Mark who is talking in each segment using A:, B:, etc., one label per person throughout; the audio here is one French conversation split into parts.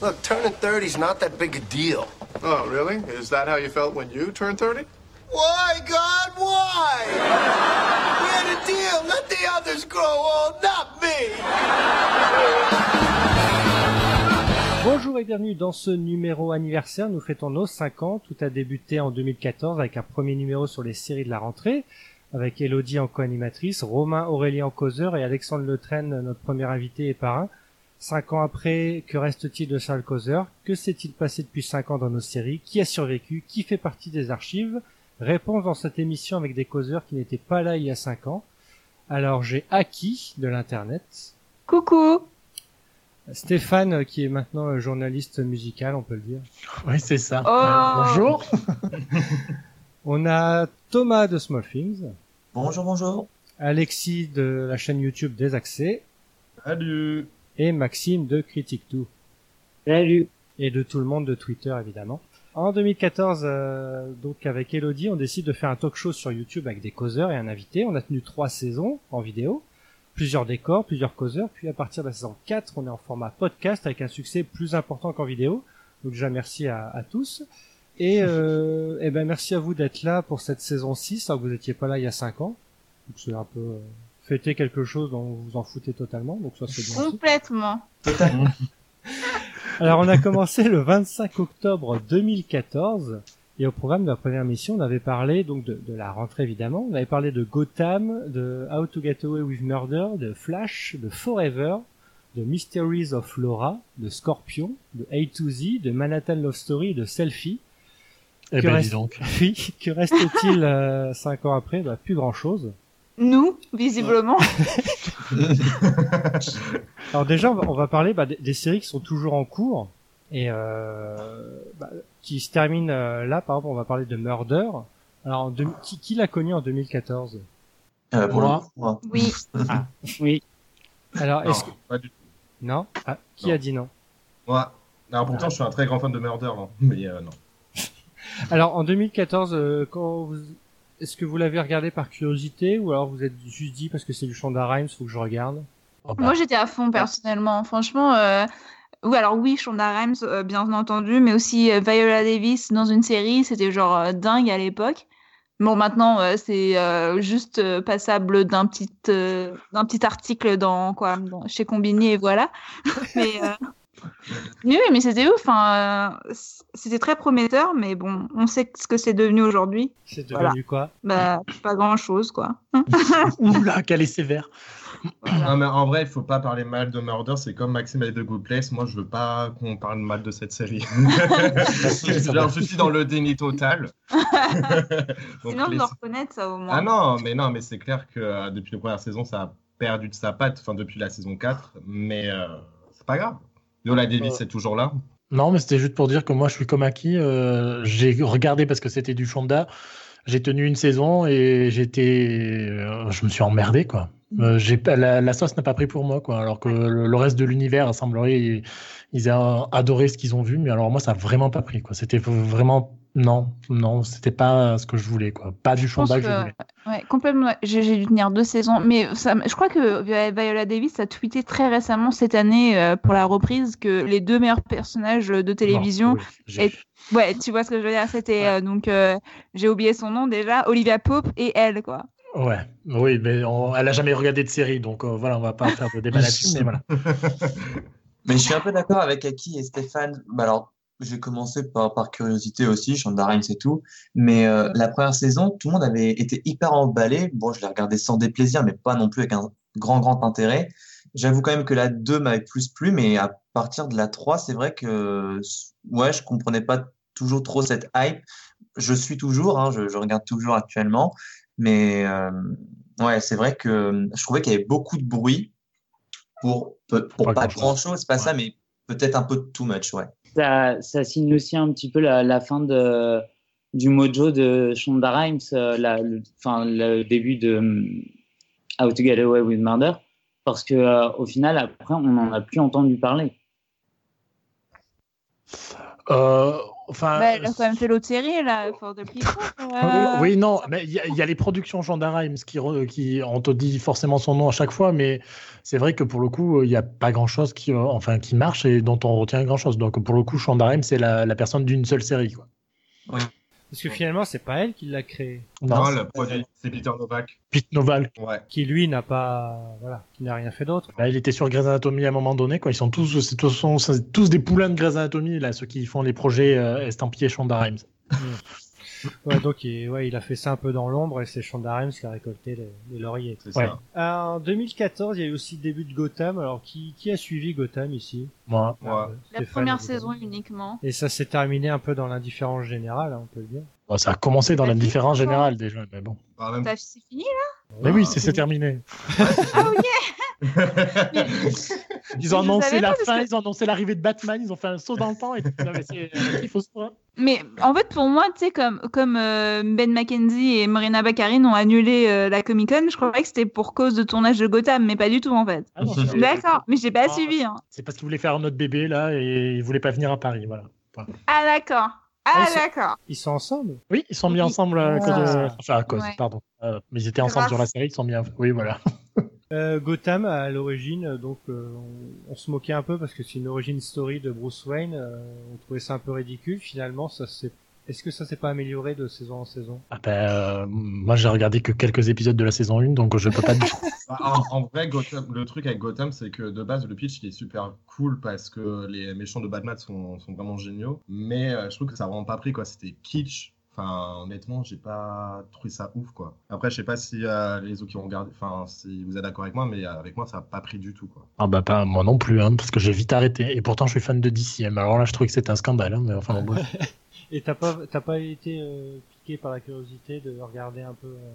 A: Look, turning 30 is not that big a deal.
B: Oh, really? Is that how you felt when you turned 30?
A: Why, God, why? We had a deal. Let the others grow old, not me.
C: Bonjour et bienvenue dans ce numéro anniversaire. Nous fêtons nos 5 ans. Tout a débuté en 2014 avec un premier numéro sur les séries de la rentrée, avec Elodie en co-animatrice, Romain Aurélien en causeur et Alexandre Le Traine, notre premier invité et parrain. 5 ans après, que reste-t-il de Charles Causeur Que s'est-il passé depuis 5 ans dans nos séries Qui a survécu Qui fait partie des archives Réponse dans cette émission avec des causeurs qui n'étaient pas là il y a 5 ans. Alors j'ai acquis de l'Internet.
D: Coucou
C: Stéphane, qui est maintenant journaliste musical, on peut le dire.
E: Oui, c'est ça.
C: Ah,
D: Oh
E: bonjour.
C: on a Thomas de Small Things.
F: Bonjour, bonjour.
C: Alexis de la chaîne YouTube des Accès.
G: Salut.
C: Et Maxime de Critique Tout.
H: Salut.
C: Et de tout le monde de Twitter, évidemment. En 2014, euh, donc avec Elodie, on décide de faire un talk show sur YouTube avec des causeurs et un invité. On a tenu trois saisons en vidéo plusieurs décors, plusieurs causeurs, puis à partir de la saison 4, on est en format podcast avec un succès plus important qu'en vidéo. Donc déjà merci à, à tous. Et, euh, et, ben merci à vous d'être là pour cette saison 6, alors que vous n'étiez pas là il y a 5 ans. Donc c'est un peu euh, fêter quelque chose dont vous vous en foutez totalement. Donc ça c'est bien.
D: Complètement.
F: Totalement.
C: alors on a commencé le 25 octobre 2014. Et au programme de la première mission, on avait parlé donc de, de, la rentrée évidemment. On avait parlé de Gotham, de How to Get Away with Murder, de Flash, de Forever, de Mysteries of Laura, de Scorpion, de A to Z, de Manhattan Love Story, de Selfie.
E: Eh que ben, reste... dis donc.
C: Oui, que reste-t-il euh, cinq ans après bah, Plus grand-chose.
D: Nous, visiblement.
C: Alors déjà, on va, on va parler bah, des, des séries qui sont toujours en cours et euh, bah, qui se termine euh, là. Par exemple, on va parler de Murder. Alors, de, qui, qui l'a connu en 2014
F: euh, Moi.
D: moi. Oui.
C: Ah, oui. Alors, est-ce que...
G: Pas du tout.
C: Non ah, Qui
G: Non.
C: a dit non
G: Moi. Alors pourtant, je suis un très grand fan de Murder, hein. mais euh, non.
C: Alors, en 2014, euh, quand vous... est-ce que vous l'avez regardé par curiosité ou alors vous êtes juste dit parce que c'est du Shonda Rhimes, faut que je regarde
E: Oh, bah.
D: Moi, j'étais à fond personnellement. Franchement, euh, oui, alors oui, Shonda Rhimes, euh, bien entendu, mais aussi euh, Viola Davis dans une série, c'était genre euh, dingue à l'époque. Bon, maintenant, euh, c'est juste euh, passable d'un petit, euh, d'un petit article dans, quoi, dans- chez Combini et voilà. mais, euh, mais oui, mais c'était ouf. hein, euh, c- c'était très prometteur, mais bon, on sait ce que c'est devenu aujourd'hui.
C: C'est devenu
D: Voilà.
C: quoi
D: Bah, pas grand-chose, quoi.
E: Oula, qu'elle est sévère.
D: Ah.
G: Non, mais en vrai, il faut pas parler mal de Murder. C'est comme Maxime avec The Good Place. Moi, je veux pas qu'on parle mal de cette série. Genre, je suis dans le déni total.
E: Ah,
G: Donc,
D: Sinon, de
G: les-
D: le reconnaître, ça, au moins.
G: Ah non, mais non, mais c'est clair que euh, depuis la première saison, ça a perdu de sa patte. Enfin, depuis la saison 4, mais euh, c'est pas grave. Lola Davis est toujours là.
E: Non, mais c'était juste pour dire que moi, je suis comme acquis. euh, j'ai regardé parce que c'était du Shonda. J'ai tenu une saison et j'étais, euh, je me suis emmerdé quoi. Euh, j'ai pas- la, la sauce n'a pas pris pour moi quoi. Alors que le, le reste de l'univers, il semblerait, ils, ils ont adoré ce qu'ils ont vu, mais alors moi, ça a vraiment pas pris quoi. C'était vraiment non, non, c'était pas ce que je voulais quoi. Pas du
D: Je pense
E: Shonda que je
D: que-
E: voulais.
D: Ouais, complètement. ouais. J'ai j'ai dû tenir deux saisons. Mais ça, m- je crois que Vi- Viola Davis a tweeté très récemment cette année euh, pour la reprise que les deux meilleurs personnages de télévision.
E: Non, oui, j'ai-
D: et- Ouais, tu vois ce que je veux dire. C'était
E: Ouais.
D: euh, donc, euh, j'ai oublié son nom déjà, Olivia Pope et elle, quoi.
E: Ouais, oui, mais on- elle a jamais regardé de série, donc euh, voilà, on va pas faire de débat là-dessus, mais voilà.
F: Mais je suis un peu d'accord avec Aki et Stéphane. Bah alors, j'ai commencé par, par curiosité aussi, Shonda Rhimes et tout. Mais euh, la première saison, tout le monde avait été hyper emballé. Bon, je l'ai regardé sans déplaisir, mais pas non plus avec un grand, grand intérêt. J'avoue quand même que la 2 m'avait plus plu, mais à partir de la 3, c'est vrai que ouais, je comprenais pas toujours trop cette hype. Je suis toujours, hein, je, je regarde toujours actuellement. Mais euh, ouais, c'est vrai que je trouvais qu'il y avait beaucoup de bruit pour, peu- pour
E: Pas
F: pas,
E: grand-chose.
F: grand chose, c'est pas ça,
E: Ouais.
F: mais peut-être un peu too much, ouais.
H: Ça, ça signe aussi un petit peu la, la fin de, du mojo de Shonda Rhimes, euh, la- le, enfin, le début de hum, How to Get Away with Murder, parce que euh, au final, après, on n'en a plus entendu parler.
E: Euh, Enfin,
D: Bah, elle a quand même fait l'autre série, là, For the People. euh,
E: Ah Oui, non, mais il y, a- il y a les productions Shonda Rhimes qui, re- qui on te dit forcément son nom à chaque fois, mais c'est vrai que pour le coup, il n'y a pas grand chose qui, euh, enfin, qui marche et dont on retient grand chose. Donc pour le coup, Shonda Rhimes, c'est la, la personne d'une seule série. Quoi.
C: Parce que finalement, c'est pas elle qui l'a créé,
G: Non,
E: c'est-
G: le produit, c'est Peter Novak.
E: Pete Novak,
G: Ouais.
C: qui lui n'a pas, voilà, qui n'a rien fait d'autre.
E: bah, il était sur Grey's Anatomy à un moment donné. Quoi. Ils sont tous, c'est tous, sont- c'est tous des poulains de Grey's Anatomy, là, ceux qui font les projets euh, estampillés Shonda Rhimes.
C: Ouais, donc il, ouais, il a fait ça un peu dans l'ombre et c'est Shonda Rhimes qui a récolté les, les lauriers. Euh,
G: C'est
E: Ouais.
G: ça.
C: En 2014, il y a eu aussi le début de Gotham. Alors qui, qui a suivi Gotham ici
E: Moi,
G: Moi.
C: ouais,
D: La
C: Stéphane,
D: première
C: évidemment.
D: saison uniquement.
C: Et ça s'est terminé un peu dans l'indifférence générale, hein, on peut le dire.
E: Bon, ça a commencé dans
D: T'as
E: l'indifférence
D: fini, toi
E: générale déjà, mais bon.
G: Ah, même-
D: T'as- C'est fini
E: Mais oui, c'est c'est terminé.
D: Ah oui,
E: Ils ont
D: Je
E: annoncé
D: savais
E: la
D: pas, parce
E: fin,
D: que-
E: ils ont annoncé l'arrivée de Batman, ils ont fait un saut dans le temps et tout. Non, mais c'est- hein. il faut se voir.
D: Mais en fait, pour moi, tu sais, comme, comme euh, Ben McKenzie et Marina Baccarin ont annulé euh, la Comic Con, je croyais que c'était pour cause de tournage de Gotham, mais pas du tout en fait.
E: Ah non, c'est-
D: D'accord, mais j'ai pas
E: Ah,
D: suivi. hein.
E: C'est parce qu'ils voulaient faire un autre bébé là et ils voulaient pas venir à Paris, voilà.
D: Ah d'accord. Ah
C: Ah, ils sont-
D: d'accord.
C: Ils sont ensemble
E: Oui, ils sont mis
D: Oui.
E: ensemble à cause de...
C: Ah.
E: Enfin, à cause,
D: Ouais.
E: pardon. Euh, mais ils étaient ensemble
D: Grâce.
E: sur la série, ils sont mis... à- Oui, voilà.
C: Euh, Gotham, à l'origine, euh, donc euh, on, on se moquait un peu parce que c'est une origin story de Bruce Wayne. euh, on trouvait ça un peu ridicule. Finalement, ça s'est. Est-ce que ça s'est pas amélioré de saison en saison
E: Ah ben, euh, moi, j'ai regardé que quelques épisodes de la saison 1, donc je peux pas... dire.
G: Bah, en, en vrai, Gotham- le truc avec Gotham, c'est que de base, le pitch il est super cool parce que les méchants de Batman sont, sont vraiment géniaux. Mais euh, je trouve que ça a vraiment pas pris quoi. C'était kitsch. Enfin, honnêtement, j'ai pas trouvé ça ouf quoi. Après, je sais pas si euh, les autres qui ont regardé, enfin, si vous êtes d'accord avec moi, mais euh, avec moi, ça a pas pris du tout quoi.
E: Ah bah, pas moi non plus, hein, parce que j'ai vite arrêté. Et pourtant, je suis fan de DCM. Alors là, je trouve que c'est un scandale, hein, mais enfin, bon, bref.
C: Et t'as pas t'as pas été euh, piqué par la curiosité de regarder un peu euh,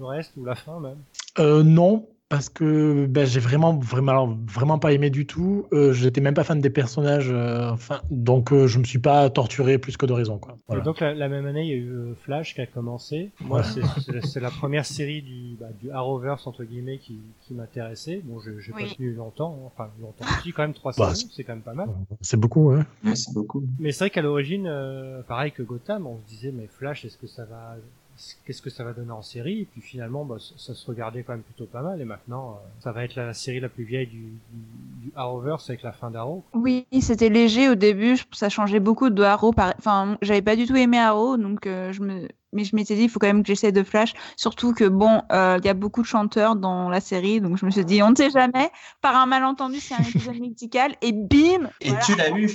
C: le reste ou la fin même
E: Euh, non, parce que ben, j'ai vraiment, vraiment, alors, vraiment pas aimé du tout. Euh, J'étais même pas fan des personnages, euh, enfin, donc euh, je me suis pas torturé plus que de raison. Quoi. Voilà.
C: Et donc la, la même année, il y a eu euh, Flash qui a commencé. Moi,
E: Ouais.
C: c'est- c'est c'est la première série du, bah, du Arrowverse entre guillemets qui, qui m'intéressait. Bon, je- j'ai
D: Oui.
C: pas tenu longtemps, hein. enfin longtemps. Si quand même trois
E: Bah,
C: saisons, c'est quand même pas mal.
E: C'est beaucoup, hein. ouais.
F: Ouais, c'est beaucoup.
C: Mais c'est vrai qu'à l'origine, euh, pareil que Gotham, on se disait mais Flash, est-ce que ça va, qu'est-ce que ça va donner en série Et puis finalement, bah, ça, ça se regardait quand même plutôt pas mal. Et maintenant, euh, ça va être la série la plus vieille du, du, du Arrowverse avec la fin d'Arrow.
D: Oui, c'était léger au début, je- ça changeait beaucoup de Arrow. par- Enfin, j'avais pas du tout aimé Arrow, donc euh, je me... mais je m'étais dit, il faut quand même que j'essaie de Flash. Surtout que bon, euh, il y a beaucoup de chanteurs dans la série, donc je me suis dit, on ne sait jamais. Par un malentendu, c'est un épisode musical, et bim
F: Et
D: voilà.
F: tu l'as eu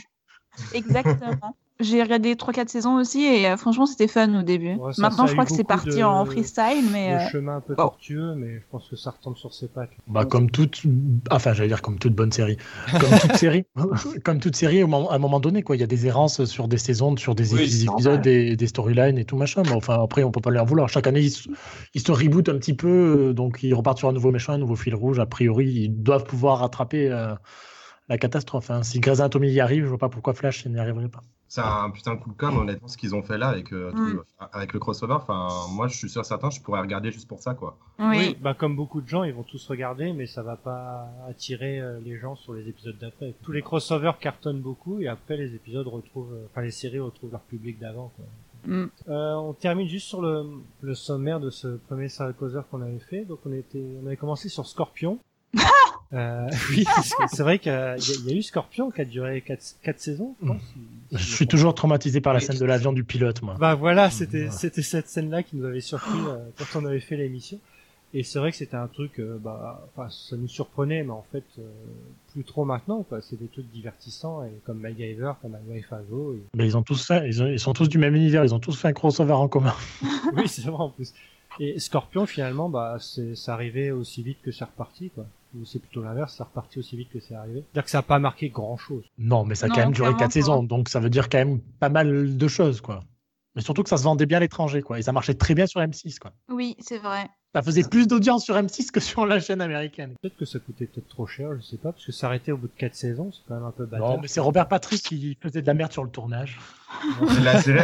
D: Exactement. J'ai regardé 3-4 saisons aussi et euh, franchement c'était fun au début.
C: Ouais, ça,
D: Maintenant
C: ça a
D: je
C: eu
D: crois que c'est
C: beaucoup
D: parti
C: de-
D: en freestyle mais...
C: Le
D: euh,
C: chemin un peu
D: bon.
C: tortueux, mais je pense que ça retombe sur ses pattes.
E: Bah, comme toute, enfin, j'allais dire comme toute bonne série, comme toute série, comme toute série, au moment- à un moment donné, quoi, il y a des errances sur des saisons, sur des,
F: Oui,
E: des
F: c'est normal.
E: épisodes, des, des storylines et tout machin. Mais enfin, après, on peut pas leur vouloir. Chaque année, ils, se- ils se rebootent un petit peu, euh, donc ils repartent sur un nouveau méchant, un nouveau fil rouge. A priori, ils doivent pouvoir rattraper euh, la catastrophe. hein. Si Grey's Anatomy y arrive, je vois pas pourquoi Flash n'y arriverait pas.
G: C'est un putain de coup de com', honnêtement, ce qu'ils ont fait là avec, euh,
D: Mm.
G: tout- avec le crossover. Enfin, moi, je suis sûr certain, je pourrais regarder juste pour ça quoi.
D: Oui.
C: bah comme beaucoup de gens, ils vont tous regarder, mais ça va pas attirer euh, les gens sur les épisodes d'après. Tous les crossovers cartonnent beaucoup et après les épisodes retrouvent, euh, enfin les séries retrouvent leur public d'avant. quoi.
D: Mm.
C: Euh, on termine juste sur le, le sommaire de ce premier serial causeur qu'on avait fait. Donc on était, on avait commencé sur Scorpion. Euh, oui, parce que c'est vrai qu'il y, a- il y a eu Scorpion qui a duré 4, saisons, je pense.
E: Je
C: si- si
E: suis
C: me trompe
E: toujours traumatisé par la
F: Mais-
E: scène de l'avion du pilote, moi.
C: bah voilà, c'était
E: Voilà.
C: c'était cette scène-là qui nous avait surpris euh, quand on avait fait l'émission. Et c'est vrai que c'était un truc, euh, bah, enfin, ça nous surprenait, mais en fait, euh, plus trop maintenant, quoi. C'est des trucs divertissants, et comme MacGyver, comme Hawaii Fago. Et...
E: Mais ils ont tous fait, ils, ont- ils sont tous du même univers, ils ont tous fait un crossover en commun.
C: oui, c'est vrai en plus. Et Scorpion, finalement, bah, c'est, ça arrivait aussi vite que c'est reparti, quoi. Ou c'est plutôt l'inverse, ça repartit aussi vite que c'est arrivé. C'est-à-dire que ça n'a pas marqué grand-chose.
E: Non, mais ça a
D: Non,
E: quand même duré
D: clairement
E: quatre
D: pas.
E: saisons, donc ça veut dire quand même pas mal de choses, quoi. Mais surtout que ça se vendait bien à l'étranger, quoi. Et ça marchait très bien sur M6, quoi.
D: Oui, c'est vrai.
E: Ça faisait plus d'audience sur M6 que sur la chaîne américaine.
C: Peut-être que ça coûtait peut-être trop cher, je sais pas, parce que s'arrêter au bout de quatre
E: Bah,
C: saisons, c'est quand même un peu bâtard.
E: Non, mais c'est Robert Patrick qui faisait de la merde sur le tournage.
G: Et la série,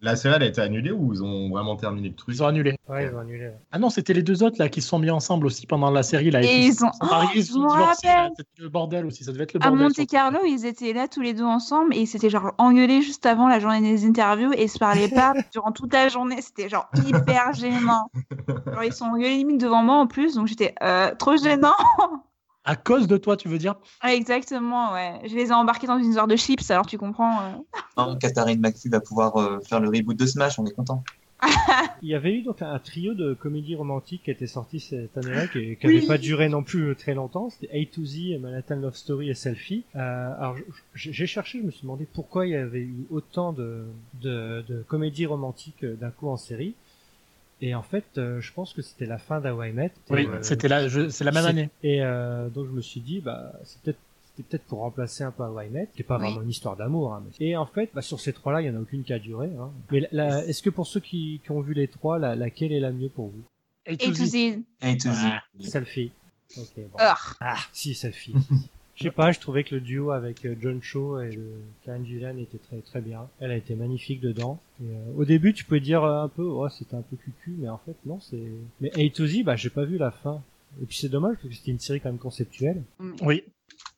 G: La série, elle a été annulée ou ils ont vraiment terminé le truc
E: Ils ont annulé.
C: Ouais, ils ont annulé. ouais.
E: Ah non, c'était les deux autres là qui se sont mis ensemble aussi pendant la série là.
D: Et
E: qui
D: ils ont-
E: sont mariés,
D: Oh,
E: ils
D: je
E: sont
D: me
E: divorcés, là.
D: rappelle.
E: C'était le bordel aussi. Ça devait être le
D: À
E: bordel.
D: Monte
E: surtout.
D: Carlo, ils étaient là tous les deux ensemble et ils s'étaient genre engueulés juste avant la journée des interviews et ils se parlaient pas durant toute la journée. C'était genre hyper gênant. Genre, ils se sont engueulés limite devant moi en plus, donc j'étais euh, trop gênant.
E: À cause de toi, tu veux dire
D: Ouais, Exactement, ouais. Je les ai embarqués dans une histoire de chips, alors tu comprends. euh.
F: Hein, Katharine McPhee va pouvoir euh, faire le reboot de Smash, on est content.
C: Il y avait eu donc un trio de comédies romantiques qui était sorti cette année-là, qui
D: Oui.
C: n'avait pas duré non plus très longtemps. C'était A to Z, Manhattan Love Story et Selfie. Euh, alors j- j'ai cherché, je me suis demandé pourquoi il y avait eu autant de, de, de comédies romantiques euh, d'un coup en série. Et en fait, euh, je pense que c'était la fin d'Hawaii Met.
E: Oui,
C: Et, euh,
E: c'était la, je- c'est la même
C: c'est-
E: année.
C: Et euh, donc je me suis dit, bah, c'est peut-être c'était peut-être pour remplacer un peu Hawaii Met, qui est pas
D: Oui.
C: vraiment une histoire d'amour. hein, mais- Et en fait, bah, sur ces trois-là, il y en a aucune qui a duré. Hein. Mais la- la- est-ce que pour ceux qui, qui ont vu les trois, la- laquelle est la mieux pour vous
E: A to
D: Et
E: Z.
D: tous ces-
F: Hey, to Z.
E: Ah.
C: Selfie. Ok, bon.
D: Urgh.
C: Ah, si, Selfie. Je sais pas, je trouvais que le duo avec euh, John Cho et euh, Karen Gillan était très très bien. Elle a été magnifique dedans. Et, euh, au début, tu peux dire euh, un peu, oh, c'était un peu cucu, mais en fait, non, c'est... Mais A to Z, bah, j'ai pas vu la fin. Et puis c'est dommage, parce que c'était une série quand même conceptuelle.
E: Oui.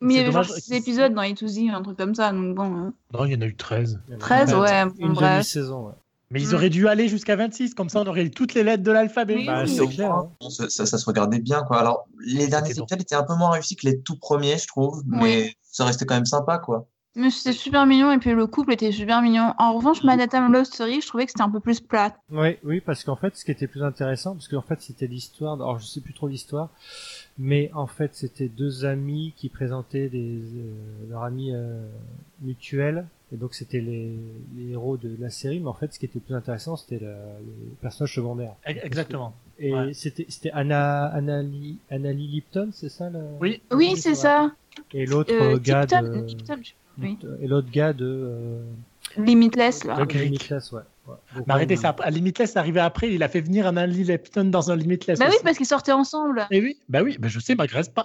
D: Mais il y
E: C'est
D: avait genre
E: dommage.
D: 6 épisodes dans Itouzi, un truc comme ça, donc bon. euh.
E: Non, il y en a eu 13.
C: Il y en a
D: 13,
E: Bah,
D: ouais, bon,
C: Une
D: bref.
C: demi-saison, ouais.
E: Mais ils
D: Mm.
E: auraient dû aller jusqu'à 26, comme ça on aurait eu toutes les lettres de l'alphabet.
D: Oui, Bah, oui.
E: c'est clair. hein.
F: Bon, ça, ça- ça se regardait bien, quoi. Alors, les derniers
E: bon.
F: épisodes étaient un peu moins réussis que les tout premiers, je trouve, mais ça restait quand même sympa, quoi.
D: Mais c'était super mignon et puis le couple était super mignon. En revanche, Manhattan Love Story, je trouvais que c'était un peu plus plat.
C: Oui, oui, parce qu'en fait, ce qui était plus intéressant, parce qu'en fait, c'était l'histoire. Alors, je sais plus trop l'histoire, mais en fait, c'était deux amis qui présentaient des, euh, leurs amis euh, mutuels, et donc c'était les, les héros de la série. Mais en fait, ce qui était plus intéressant, c'était le, le personnage secondaire.
E: Exactement.
C: Et
E: Ouais.
C: c'était c'était Anna Anna Lee, Anna Lee Lipton, c'est ça le...
E: Oui.
D: Oui, c'est ça.
C: Et l'autre
D: Euh,
C: euh, gars
D: Tipton,
C: de
D: euh, Tipton, je- oui.
C: et l'autre gars de euh,
D: Limitless, là.
E: Le Greek.
C: Limitless, ouais. ouais. Donc,
E: Mais arrêtez,
C: on-
E: ça, à Limitless, c'est arrivé après. Il a fait venir un Ali Lepton dans un Limitless.
D: Bah oui,
E: aussi.
D: parce qu'ils sortaient ensemble.
E: Eh oui, bah oui, bah je sais, m'agresse pas.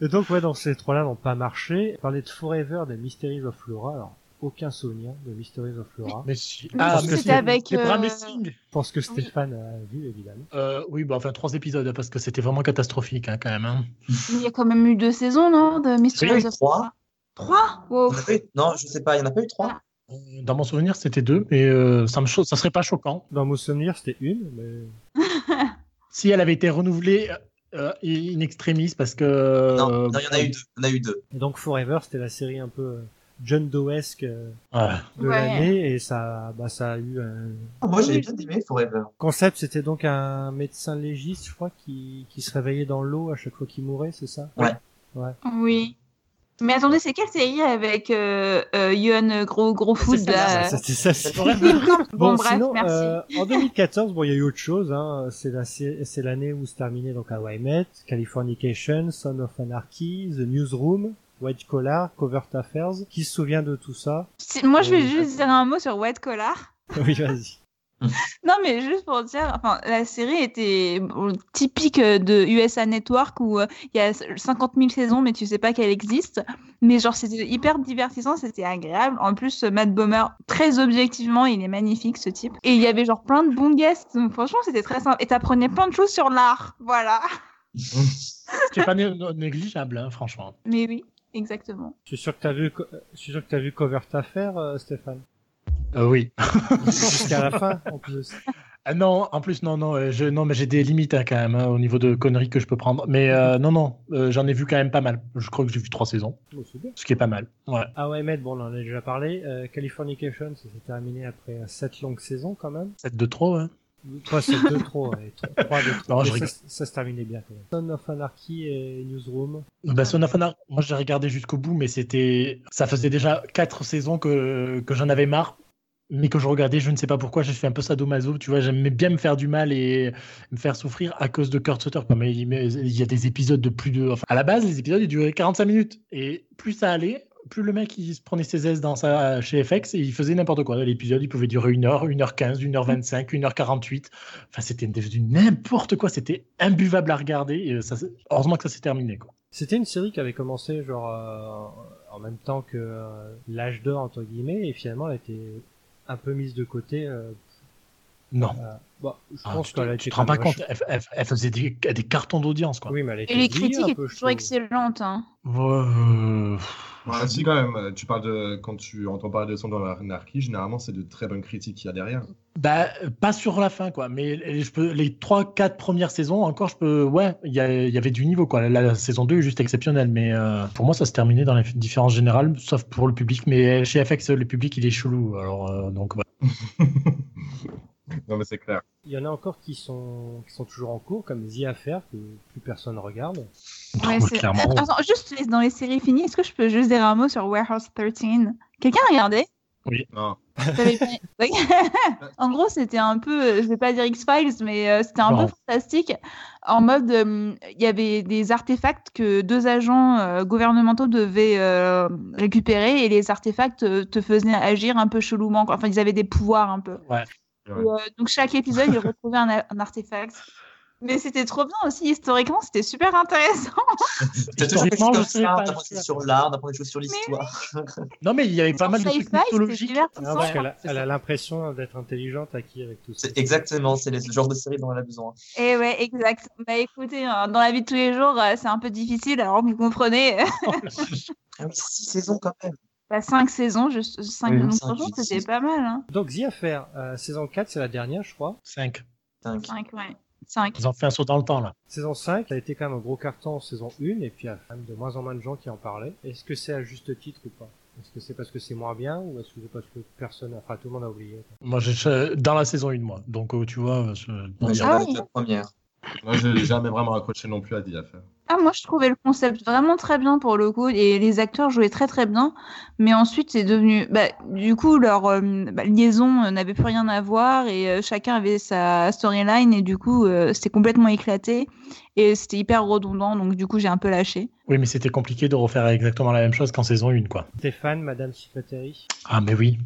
C: Et donc, ouais, donc ces trois-là n'ont pas marché. Parler de Forever des Mysteries of Flora, alors aucun souvenir de Mysteries of Flora.
E: Mais si.
D: Mais si,
E: mais
D: c'était
E: si,
D: avec,
E: c'est
D: euh,
E: Bram Messing.
C: Je pense que
D: Oui.
C: Stéphane a vu, évidemment.
E: Euh, oui, bah enfin trois épisodes parce que c'était vraiment catastrophique hein, quand même. hein.
D: Mais il y a quand même eu deux saisons, non De Mysteries
F: Oui,
D: of
F: trois.
D: Trois
F: Il
D: Wow.
F: y en a pas eu- Non, je sais pas, il y en a pas eu trois.
E: Euh, Dans mon souvenir, c'était deux, mais euh, ça me cho- ça serait pas choquant.
C: Dans mon souvenir, c'était une, mais
E: Si elle avait été renouvelée euh, in extremis parce que. euh,
F: Non, non, il y en a eu deux. Il y en a eu deux.
C: et donc Forever, c'était la série un peu euh, John Doesque euh,
E: Ouais.
C: de
D: Ouais.
C: l'année, et ça, bah, ça a eu un
F: Ah, Moi, j'ai
D: Oui.
F: bien aimé Forever.
C: concept. C'était donc un médecin légiste, je crois, qui, qui se réveillait dans l'eau à chaque fois qu'il mourait, c'est ça
D: Oui. Mais attendez, c'est quelle série avec euh, euh, Yohan Gros Gros Food
E: ça,
D: là
C: Ah, C'était ça. c'est-
D: Bon, bref,
C: sinon,
D: merci.
C: euh, en 2014, bon, il y a eu autre chose. Hein. C'est la- c'est c'est l'année où se terminait donc Hawaii Met, Californication, Son of Anarchy, The Newsroom, White Collar, Covert Affairs. Qui se souvient de tout ça
D: Si- Moi, je vais
C: Euh,
D: juste dire un mot sur White Collar.
C: Oui, vas-y.
D: Non, mais juste pour dire, enfin, la série était bon, typique euh, de USA Network où euh, il y a 50 000 saisons, mais tu sais pas qu'elle existe. Mais genre, c'était hyper divertissant, c'était agréable. En plus, euh, Matt Bomer, très objectivement, il est magnifique ce type. Et il y avait genre plein de bons guests. Donc, franchement, c'était très simple. Et t'apprenais plein de choses sur l'art. Voilà.
E: C'est pas né- non- négligeable, hein, franchement.
D: Mais oui, exactement.
C: Je suis sûr que t'as vu, co- euh, je suis sûr que t'as vu Covert Affairs, euh, Stéphane.
E: Euh, oui.
C: Jusqu'à la fin, en plus.
E: Ah non, en plus, non, non, euh, je, non mais j'ai des limites hein, quand même hein, au niveau de conneries que je peux prendre. Mais euh, non, non, euh, j'en ai vu quand même pas mal. Je crois que j'ai vu trois saisons,
C: Bon, Oh, c'est bien.
E: ce qui est pas mal. Ouais.
C: Hawaii Met, bon, on en a déjà parlé. Euh, Californication, ça s'est terminé après euh, sept longues saisons, quand même.
E: 7 de trop, hein.
C: Toi, c'est deux trop, ouais. Trois- trois de trop.
E: Non, je
C: Mais ça,
E: rigole.
C: ça se terminait bien quand même. Son of Anarchy et Newsroom.
E: Bah, Son of Anarchy, moi j'ai regardé jusqu'au bout, mais c'était, ça faisait déjà quatre saisons que, que j'en avais marre, mais que je regardais, je ne sais pas pourquoi, j'ai fait un peu sadomaso, tu vois, j'aimais bien me faire du mal et me faire souffrir à cause de Kurt Sutter. quoi. Mais il mais il y a des épisodes de plus de, enfin, à la base les épisodes ils duraient 45 minutes et plus ça allait, plus le mec il se prenait ses aises dans sa chez FX et il faisait n'importe quoi. L'épisode il pouvait durer une heure, une heure quinze, une heure vingt-cinq, une heure quarante-huit. Enfin c'était du n'importe quoi, c'était imbuvable à regarder. Et ça, c'est- euh, heureusement que ça s'est terminé quoi.
C: C'était une série qui avait commencé genre euh, en même temps que euh, l'âge d'or entre guillemets et finalement elle a été un peu mise de côté. euh,
E: Non.
C: euh, bon, je
E: Ah,
C: pense
E: tu te-
C: qu'elle a
E: tu
C: été
E: te rends
C: quand
E: pas
C: même
E: compte, elle, elle- elle faisait des, des cartons d'audience, quoi.
C: Oui, mais elle a été
D: Et les
C: oubliée
D: critiques
C: un
D: étaient
C: peu, je
D: toujours
C: trouve.
D: excellentes. hein.
E: Euh,
G: Ah, si, quand même, euh, tu parles de. Quand tu entends parler de son dans l'anarchie, généralement, c'est de très bonnes critiques qu'il y a derrière.
E: Bah, pas sur la fin, quoi. Mais les- je peux, les 3-4 premières saisons, encore, je peux. Ouais, il y, a- il y avait du niveau, quoi. La, la saison 2 est juste exceptionnelle. Mais euh, pour moi, ça se terminait dans les différences générales, sauf pour le public. Mais chez FX, le public, il est chelou. Alors, euh, donc, ouais.
G: Non, mais c'est clair.
C: Il y en a encore qui sont qui sont toujours en cours comme The Affair que plus personne regarde. Ah,
D: Ouais,
E: Bah,
D: c'est-
E: clairement.
D: Attends, juste les- dans les séries finies, est-ce que je peux juste dire un mot sur Warehouse 13 Quelqu'un a regardé
G: Non.
D: T'avais pas- Ouais. en gros, c'était un peu, euh, je vais pas dire X-Files, mais euh, c'était un
E: Non.
D: peu fantastique. En mode, euh, il y avait des artefacts que deux agents euh, gouvernementaux devaient euh, récupérer et les artefacts euh, te faisaient agir un peu chelouement. quoi. Enfin, ils avaient des pouvoirs un peu.
E: Ouais.
G: Ouais.
D: Et, euh, donc, chaque épisode, ils retrouvaient un, a- un artefact. Mais c'était trop bien aussi, historiquement, c'était super intéressant.
F: T'as toujours des choses
E: Historiquement, je
F: comme
E: sais
F: ça,
E: pas, je
F: t'apprends des
E: sais
F: choses sur
E: pas.
F: l'art, t'apprends des choses sur l'histoire.
E: Non, mais il y avait pas
D: Sur
E: mal de
D: sci-fi,
E: trucs
D: c'était
E: mythologiques.
D: divertissant.
C: Ah, parce qu'elle a-
F: c'est
C: elle
F: ça.
C: a l'impression d'être intelligente acquis avec tout ça.
F: C'est- Exactement, c'est le genre de série dont elle a besoin.
D: Eh ouais, exact. Bah écoutez, hein, dans la vie de tous les jours, euh, c'est un peu difficile, alors vous comprenez. euh,
F: Ah oui, six saisons quand même.
D: Bah, cinq saisons, je... cinq
F: Oui,
D: donc,
F: cinq,
D: franchement,
F: six,
D: c'était
F: six.
D: pas mal. Hein.
C: Donc The Affair euh, saison 4, c'est la dernière je crois.
E: 5.
F: Dingue.
D: Cinq, ouais. Cinq.
E: Ils ont fait un saut dans le temps, là.
C: Saison 5 a été quand même un gros carton en saison 1 et puis il y a quand même de moins en moins de gens qui en parlaient. Est-ce que c'est à juste titre ou pas Est-ce que c'est parce que c'est moins bien ou est-ce que c'est parce que personne, enfin tout le monde a oublié quoi
E: Moi, j'ai dans la saison 1, moi. Donc, euh, tu vois. euh, je-
F: Ouais, j'ai
D: Ah
F: regardé
D: oui.
F: que la première.
G: Moi, j'ai jamais vraiment accroché non plus à hein. The Affair.
D: Ah, moi, je trouvais le concept vraiment très bien pour le coup, et les acteurs jouaient très très bien, mais ensuite, c'est devenu. Bah, du coup, leur euh, bah, liaison euh, n'avait plus rien à voir, et euh, chacun avait sa storyline, et du coup, euh, c'était complètement éclaté, et c'était hyper redondant, donc du coup, j'ai un peu lâché.
E: Oui, mais c'était compliqué de refaire exactement la même chose qu'en saison 1, quoi.
C: Stéphane, Madame Secretary.
E: Ah mais oui.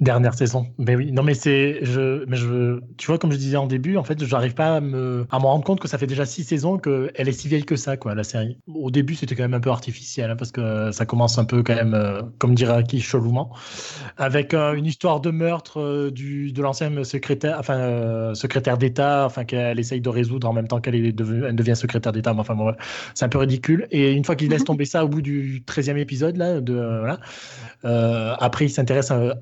E: Dernière saison. Mais oui. Non mais c'est je mais je tu vois comme je disais en début en fait, j'arrive pas à me à me rendre compte que ça fait déjà six saisons que elle est si vieille que ça quoi la série. Au début, c'était quand même un peu artificiel hein, parce que euh, ça commence un peu quand même euh, comme dirait qui chelouement avec euh, une histoire de meurtre euh, du de l'ancien secrétaire enfin euh, secrétaire d'État enfin qu'elle essaye de résoudre en même temps qu'elle est devenue- elle devient secrétaire d'État mais enfin bon, ouais, c'est un peu ridicule et une fois qu'il
D: Mhm.
E: laisse tomber ça au bout du 13e épisode là de voilà, euh, après, il s'intéresse euh,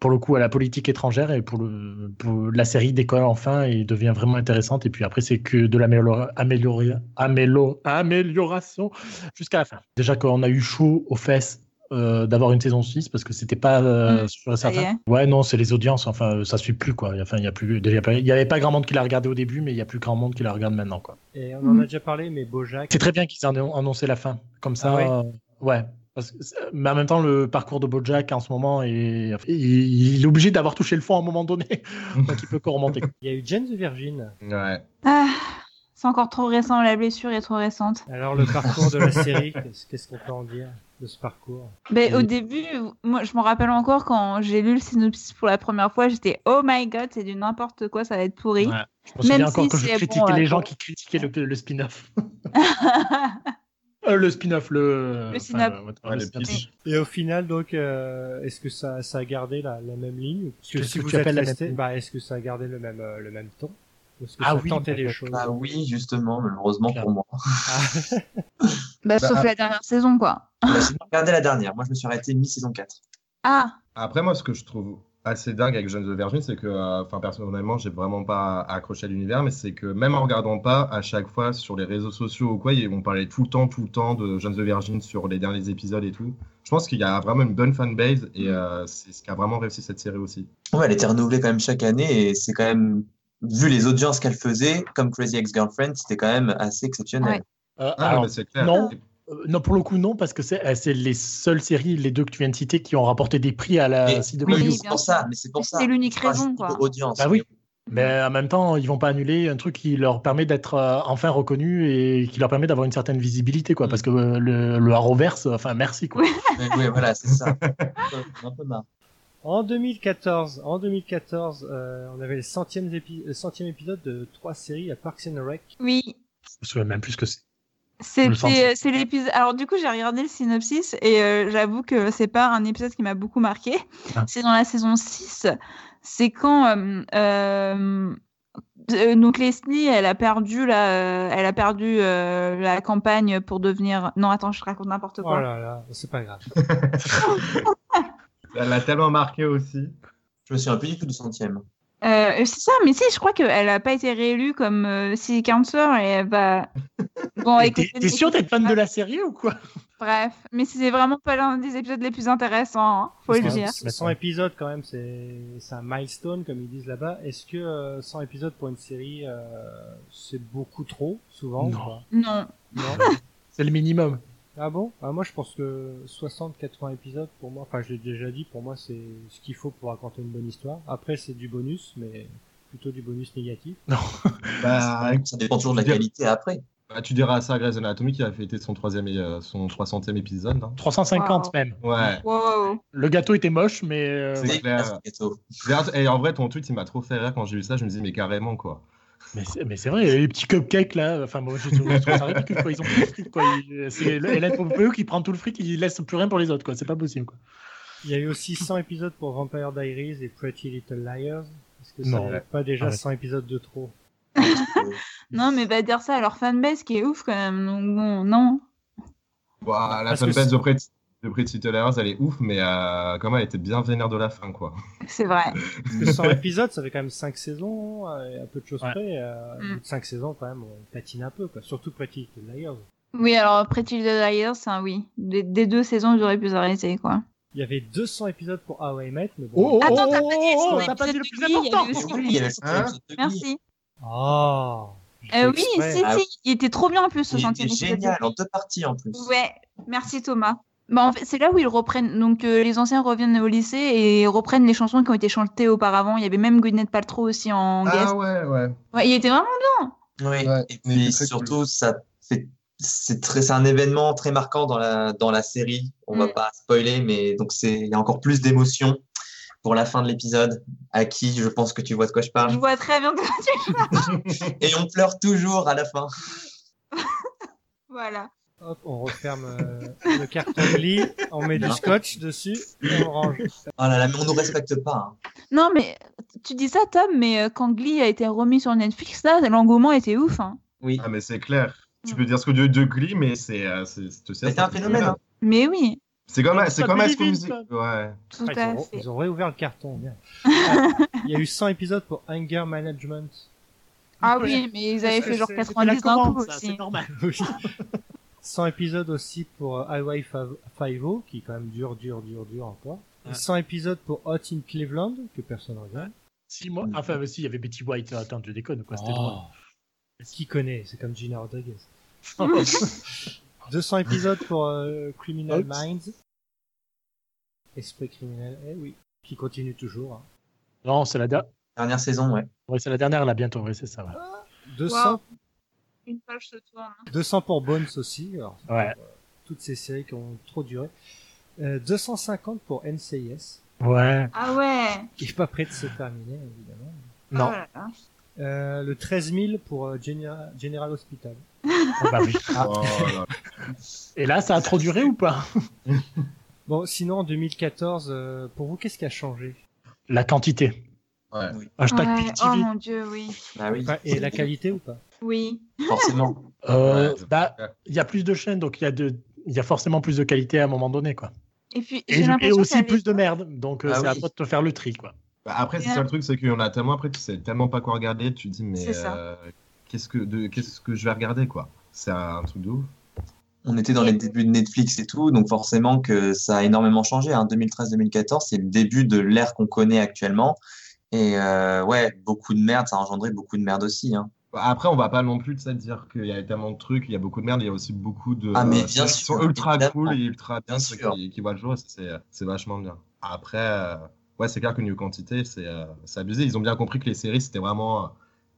E: pour le coup à la politique étrangère et pour, le, pour la série décolle enfin et devient vraiment intéressante. Et puis après, c'est que de l'améliora- améliora- amélo- amélioration jusqu'à la fin. Déjà qu'on a eu chaud aux fesses. euh, d'avoir une saison 6 parce que c'était pas euh,
D: Mm,
E: sûr et
D: ça y
E: certain. Ouais, non, c'est les audiences. Enfin, euh, ça suit plus quoi. Enfin, il y a plus. Il y a pas- il y avait pas grand monde qui l'a regardé au début, mais il y a plus grand monde qui la regarde maintenant quoi.
C: Et on en a
E: Mm.
D: Mhm.
C: déjà parlé, mais Bojack.
E: C'est très bien qu'ils en aient annoncé la fin. Comme ça,
C: Ah ouais
E: euh, ouais. Parce que c'est- mais en même temps, le parcours de Bojack en ce moment, est, il, il est obligé d'avoir touché le fond à un moment donné. Donc il peut qu'en remonter.
C: Il y a eu Jane the Virgin.
G: Ouais.
D: Ah, c'est encore trop récent, la blessure est trop récente.
C: Alors le parcours de la série, qu'est-ce qu'est-ce qu'on peut en dire de ce parcours
D: Ben,
E: Et-
D: Au début, moi, je m'en rappelle encore quand j'ai lu le synopsis pour la première fois, j'étais Oh my god, c'est du n'importe quoi, ça va être pourri.
E: Ouais. Je me souviens
D: Même
E: encore
D: si
E: que je
D: c'est
E: critiquais
D: bon,
E: les
D: ouais,
E: gens
D: bon.
E: qui critiquaient le, le spin-off. Euh, le spin-off, le.
D: Le synapse.
E: enfin,
G: Ouais,
E: le
G: les
E: spin-off.
G: pitchs.
C: Et au final, donc, euh, est-ce que ça, ça a gardé la, la même ligne Parce que
E: Qu'est-ce
C: si
E: que
C: vous
E: tu
C: êtes
E: appelles la même
C: resté,
E: ligne
C: bah, est-ce que ça a gardé le même euh, le même ton Ou Est-ce que
E: Ah
C: ça
E: oui,
C: tentait les
E: d'accord.
C: choses
F: Bah oui, justement, malheureusement
E: Clair.
F: pour moi.
D: Bah, sauf
G: ah.
D: la dernière saison, quoi.
F: Bah, J'ai regardé la dernière. Moi, je me suis arrêté mi-saison 4.
D: Ah,
G: Après, moi, ce que je trouve assez dingue avec Jeune de Virgin, c'est que, euh, enfin, personnellement, j'ai vraiment pas accroché à l'univers, mais c'est que même en regardant pas, à chaque fois sur les réseaux sociaux ou quoi, ils- on parlait tout le temps, tout le temps de Jeune de Virgin sur les derniers épisodes et tout. Je pense qu'il y a vraiment une bonne fanbase et euh, c'est ce qui a vraiment réussi cette série aussi.
F: Ouais, elle était renouvelée quand même chaque année et c'est quand même, vu les audiences qu'elle faisait, comme Crazy Ex-Girlfriend, c'était quand même assez exceptionnel.
E: Euh,
G: Ah,
E: alors,
G: mais c'est clair.
E: non.
G: Et-
E: euh, non, pour le coup, non, parce que c'est euh, c'est les seules séries, les deux que tu viens de citer, qui ont rapporté des prix à la
F: Mais-
E: CW.
F: Oui,
D: Oui,
F: c'est
D: bien
F: pour
D: sûr.
F: ça, mais c'est pour ça.
D: c'est l'unique
F: Enfin, je
D: raison,
F: dis
D: quoi.
F: Audience.
E: Bah oui. Mais en même temps, ils vont pas annuler un truc qui leur permet d'être euh, enfin reconnus et qui leur permet d'avoir une certaine visibilité, quoi. Parce
D: Mm.
E: que euh, le, le Arrowverse, euh, enfin merci, quoi.
F: Mais oui, voilà, c'est ça. Un peu- un peu marre.
C: En 2014, en 2014, euh, on avait le euh, centième, épi- le centième épisode de trois séries à Parks and Rec.
D: Oui.
E: Je me souviens même plus ce que c'est.
D: C'était euh, c'est l'épisode. Alors du coup, j'ai regardé le synopsis et euh, j'avoue que c'est pas un épisode qui m'a beaucoup marqué.
E: Ah.
D: C'est dans la saison 6. C'est quand euh, euh, euh, donc Leslie, elle a perdu la elle a perdu euh, la campagne pour devenir Non, attends, je raconte n'importe
C: Oh
D: quoi.
C: là là, c'est pas grave.
G: Elle l'a tellement marqué aussi.
F: Je me souviens plus du tout du centième.
D: Euh, c'est ça, mais si, je crois qu'elle a pas été réélue comme euh, city counselor et elle va. Bon,
E: Mais
D: écoutez,
E: T'es t'es sûr d'être fan de la série ou quoi
D: Bref, mais c'est vraiment pas l'un des épisodes les plus intéressants, hein, faut
C: Parce
D: le
C: que
D: dire.
C: 100 épisodes quand même, c'est c'est un milestone comme ils disent là-bas. Est-ce que euh, 100 épisodes pour une série, euh, c'est beaucoup trop souvent ou
E: Non.
C: pas
D: Non.
C: Non.
E: C'est le minimum.
C: Ah bon Ah, Moi je pense que 60-80 épisodes pour moi, enfin je l'ai déjà dit, pour moi c'est ce qu'il faut pour raconter une bonne histoire. Après c'est du bonus, mais plutôt du bonus négatif.
G: Bah,
E: Euh,
F: Ça dépend toujours de la
G: Bien.
F: qualité après.
G: bah, tu diras ça à Grey's Anatomy qui a fêté son, troisième, et, euh, son 300e épisode. hein.
E: 350
D: Wow.
E: même.
G: Ouais.
D: Wow.
E: Le gâteau était moche, mais euh,
G: C'est
E: ouais.
F: C'est clair,
G: clair.
F: ce gâteau.
G: D'ailleurs, Et en vrai, ton tweet, il m'a trop fait rire quand j'ai vu ça. Je me dis, mais carrément, quoi.
E: mais c'est- mais c'est vrai, les petits cupcakes là, enfin moi je trouve je trouve ça ridicule quoi, ils ont tout le fric quoi. Ils- C'est Hélène Pompeo qui prend tout le fric, il laisse plus rien pour les autres quoi, c'est pas possible quoi.
C: Il y a eu aussi 100 épisodes pour Vampire Diaries et Pretty Little Liars. Est-ce que ça
E: Non. Ah,
C: n'est pas déjà
E: Arrête.
C: 100 épisodes de trop
D: Non, mais va dire ça à leur fanbase qui est ouf quand même. Donc, bon, non.
G: Ouah, la
C: Parce que
G: fanbase
C: c'est-
G: de Pretty, de Pretty Little Liars, elle est ouf, mais euh, comment elle était bien vénère de la fin, quoi.
D: C'est vrai.
C: Parce que 100 épisodes, ça fait quand même 5 saisons, hein, et à peu de choses
E: Ouais.
C: près. euh,
D: Mm.
C: 5 saisons, quand même, on patine un peu, quoi. Surtout Pretty Little Liars.
D: Oui, alors Pretty Little Liars, c'est un oui. Des, des deux saisons, j'aurais pu arrêter, quoi.
C: Il y avait 200 épisodes pour How I Met, mais
E: Oh,
C: bon.
E: oh,
D: Attends,
E: oh,
D: t'as
E: oh,
D: pas dit
E: oh,
D: sur
E: t'as pas dit le
D: l'épisode de
E: plus
D: Glee, il y a
E: important
D: eu aussi-
F: Oui, il y avait le centième,
G: Hein
F: c'est de lui.
D: Merci.
C: Ah
E: oh.
C: j'ai
D: Euh,
C: fait
D: oui,
C: exprès.
D: si,
F: Ah
D: si, il était trop bien en plus ce
F: Il
D: centième
F: était
D: épisode.
F: génial, en deux parties en plus.
D: Ouais, merci Thomas. Bah, en fait, c'est là où ils reprennent. Donc, euh, les anciens reviennent au lycée et reprennent les chansons qui ont été chantées auparavant. Il y avait même Gwyneth Paltrow aussi
E: Ah
D: en guest.
G: Ah ouais, ouais.
D: Ouais, il était vraiment.
F: Oui,
G: Ouais,
F: et
G: mais
F: puis
G: c'est très cool.
F: surtout, ça fait- c'est très, c'est un événement très marquant dans la, dans la série. On va
D: Mm.
F: pas spoiler, mais donc c'est, il y a encore plus d'émotion pour la fin de l'épisode. À qui, je pense que tu vois de quoi je
D: Je
F: parle.
D: vois très bien. de-
F: Et on pleure toujours à la fin.
D: voilà.
C: Hop, on referme euh, le carton de lit, on met du
F: Non.
C: scotch dessus, et on range.
F: Ah là là, mais on nous respecte pas. hein.
D: Non, mais tu dis ça, Tom, mais euh, quand Glee a été remis sur Netflix, là, l'engouement était ouf. hein.
F: Oui.
G: Ah, mais c'est clair. Tu
D: Mm.
G: peux dire ce que tu veux de Glee, mais c'est. euh, c'est c'est- c'est-
F: Mais c'est un
G: c'est-
F: phénomène, hein.
D: Mais oui,
G: C'est comme,
E: Mais
G: c'est
E: ça
G: comme High
E: fait
G: School
E: vite,
G: Music. Ouais.
D: tout
C: Ah, ils,
D: à
C: ont,
D: fait.
C: ils ont réouvert le carton, merde. Ah, Il y a eu 100 épisodes pour Hunger Management.
D: Ah oui, mais ils avaient
E: C'est-
D: fait genre
E: c'est- c'était
D: 90
E: la commande,
D: d'impôts
E: ça,
D: aussi.
E: C'est normal.
C: Oui. 100 épisodes aussi pour euh, Highway 5 qui est quand même dur, dur, dur, dur encore.
E: Ouais.
C: 100 épisodes pour Hot in Cleveland, que personne regarde.
E: Si moi, enfin mais si, il y avait Betty White. Attends, je déconne quoi, c'était drôle.
C: Qui connaît C'est comme Gina Rodriguez. 200 épisodes pour euh, Criminal
E: Oups.
C: Minds. Esprit criminel, eh oui. Qui continue toujours. hein.
E: Non, c'est la dernière.
F: Dernière saison, ouais.
E: Ouais, c'est la dernière là bientôt, ouais, c'est ça. ouais.
C: 200,
D: Une page se tourne. hein.
C: 200 pour Bones aussi. Alors, euh,
E: Ouais.
C: toutes ces séries qui ont trop duré. Euh, 250 pour NCIS,
E: Ouais.
D: Ah ouais.
C: qui est pas prêt de se terminer, évidemment.
E: Non.
D: Oh là là.
C: Euh, le 13 000 pour euh, Genera- General Hospital.
E: Ah bah oui. Ah.
G: Oh, là.
E: Et là, ça a trop duré ou pas
C: Bon, sinon en 2014, euh, pour vous, qu'est-ce qui a changé
E: La quantité.
G: Ouais.
E: Hashtag
D: Ouais, Oh
E: PTV.
D: mon dieu, oui.
F: Bah oui,
C: Enfin, Et la qualité ou pas
D: Oui.
F: forcément.
E: Euh,
G: Ouais.
E: bah, il y a plus de chaînes, donc il y a de, il y a forcément plus de qualité à un moment donné, quoi.
D: Et puis,
E: Et,
D: j'ai
E: et
D: l'impression
E: aussi
D: qu'elle
E: plus de merde, donc euh,
F: Ah
E: c'est à
F: oui.
E: toi de te faire le tri, quoi.
G: Bah, après, c'est
D: Et
G: ça le truc, c'est qu'il y en a tellement après, tu sais tellement pas quoi regarder, tu te dis, mais.
D: C'est ça.
G: euh, qu'est-ce que, de- qu'est-ce que je vais regarder, quoi. C'est un truc de ouf.
F: On était dans les débuts de Netflix et tout, donc forcément que ça a énormément changé. Hein. 2013-2014, c'est le début de l'ère qu'on connaît actuellement. Et euh, ouais, beaucoup de merde, ça a engendré beaucoup de merde aussi. Hein.
G: Bah, Après, on va pas non plus, tu sais, dire qu'il y a tellement de trucs, il y a beaucoup de merde, il y a aussi beaucoup de.
F: Ah, mais
G: euh,
F: bien
G: qui sont
F: sûr,
G: ultra
F: évidemment.
G: cool et ultra
F: Bien
G: bien
F: sûr.
G: qui, qui voient le jour, et ça, c'est, c'est vachement bien. Après, euh, ouais, c'est clair que New Quantité, c'est, euh, c'est abusé. Ils ont bien compris que les séries, c'était vraiment euh,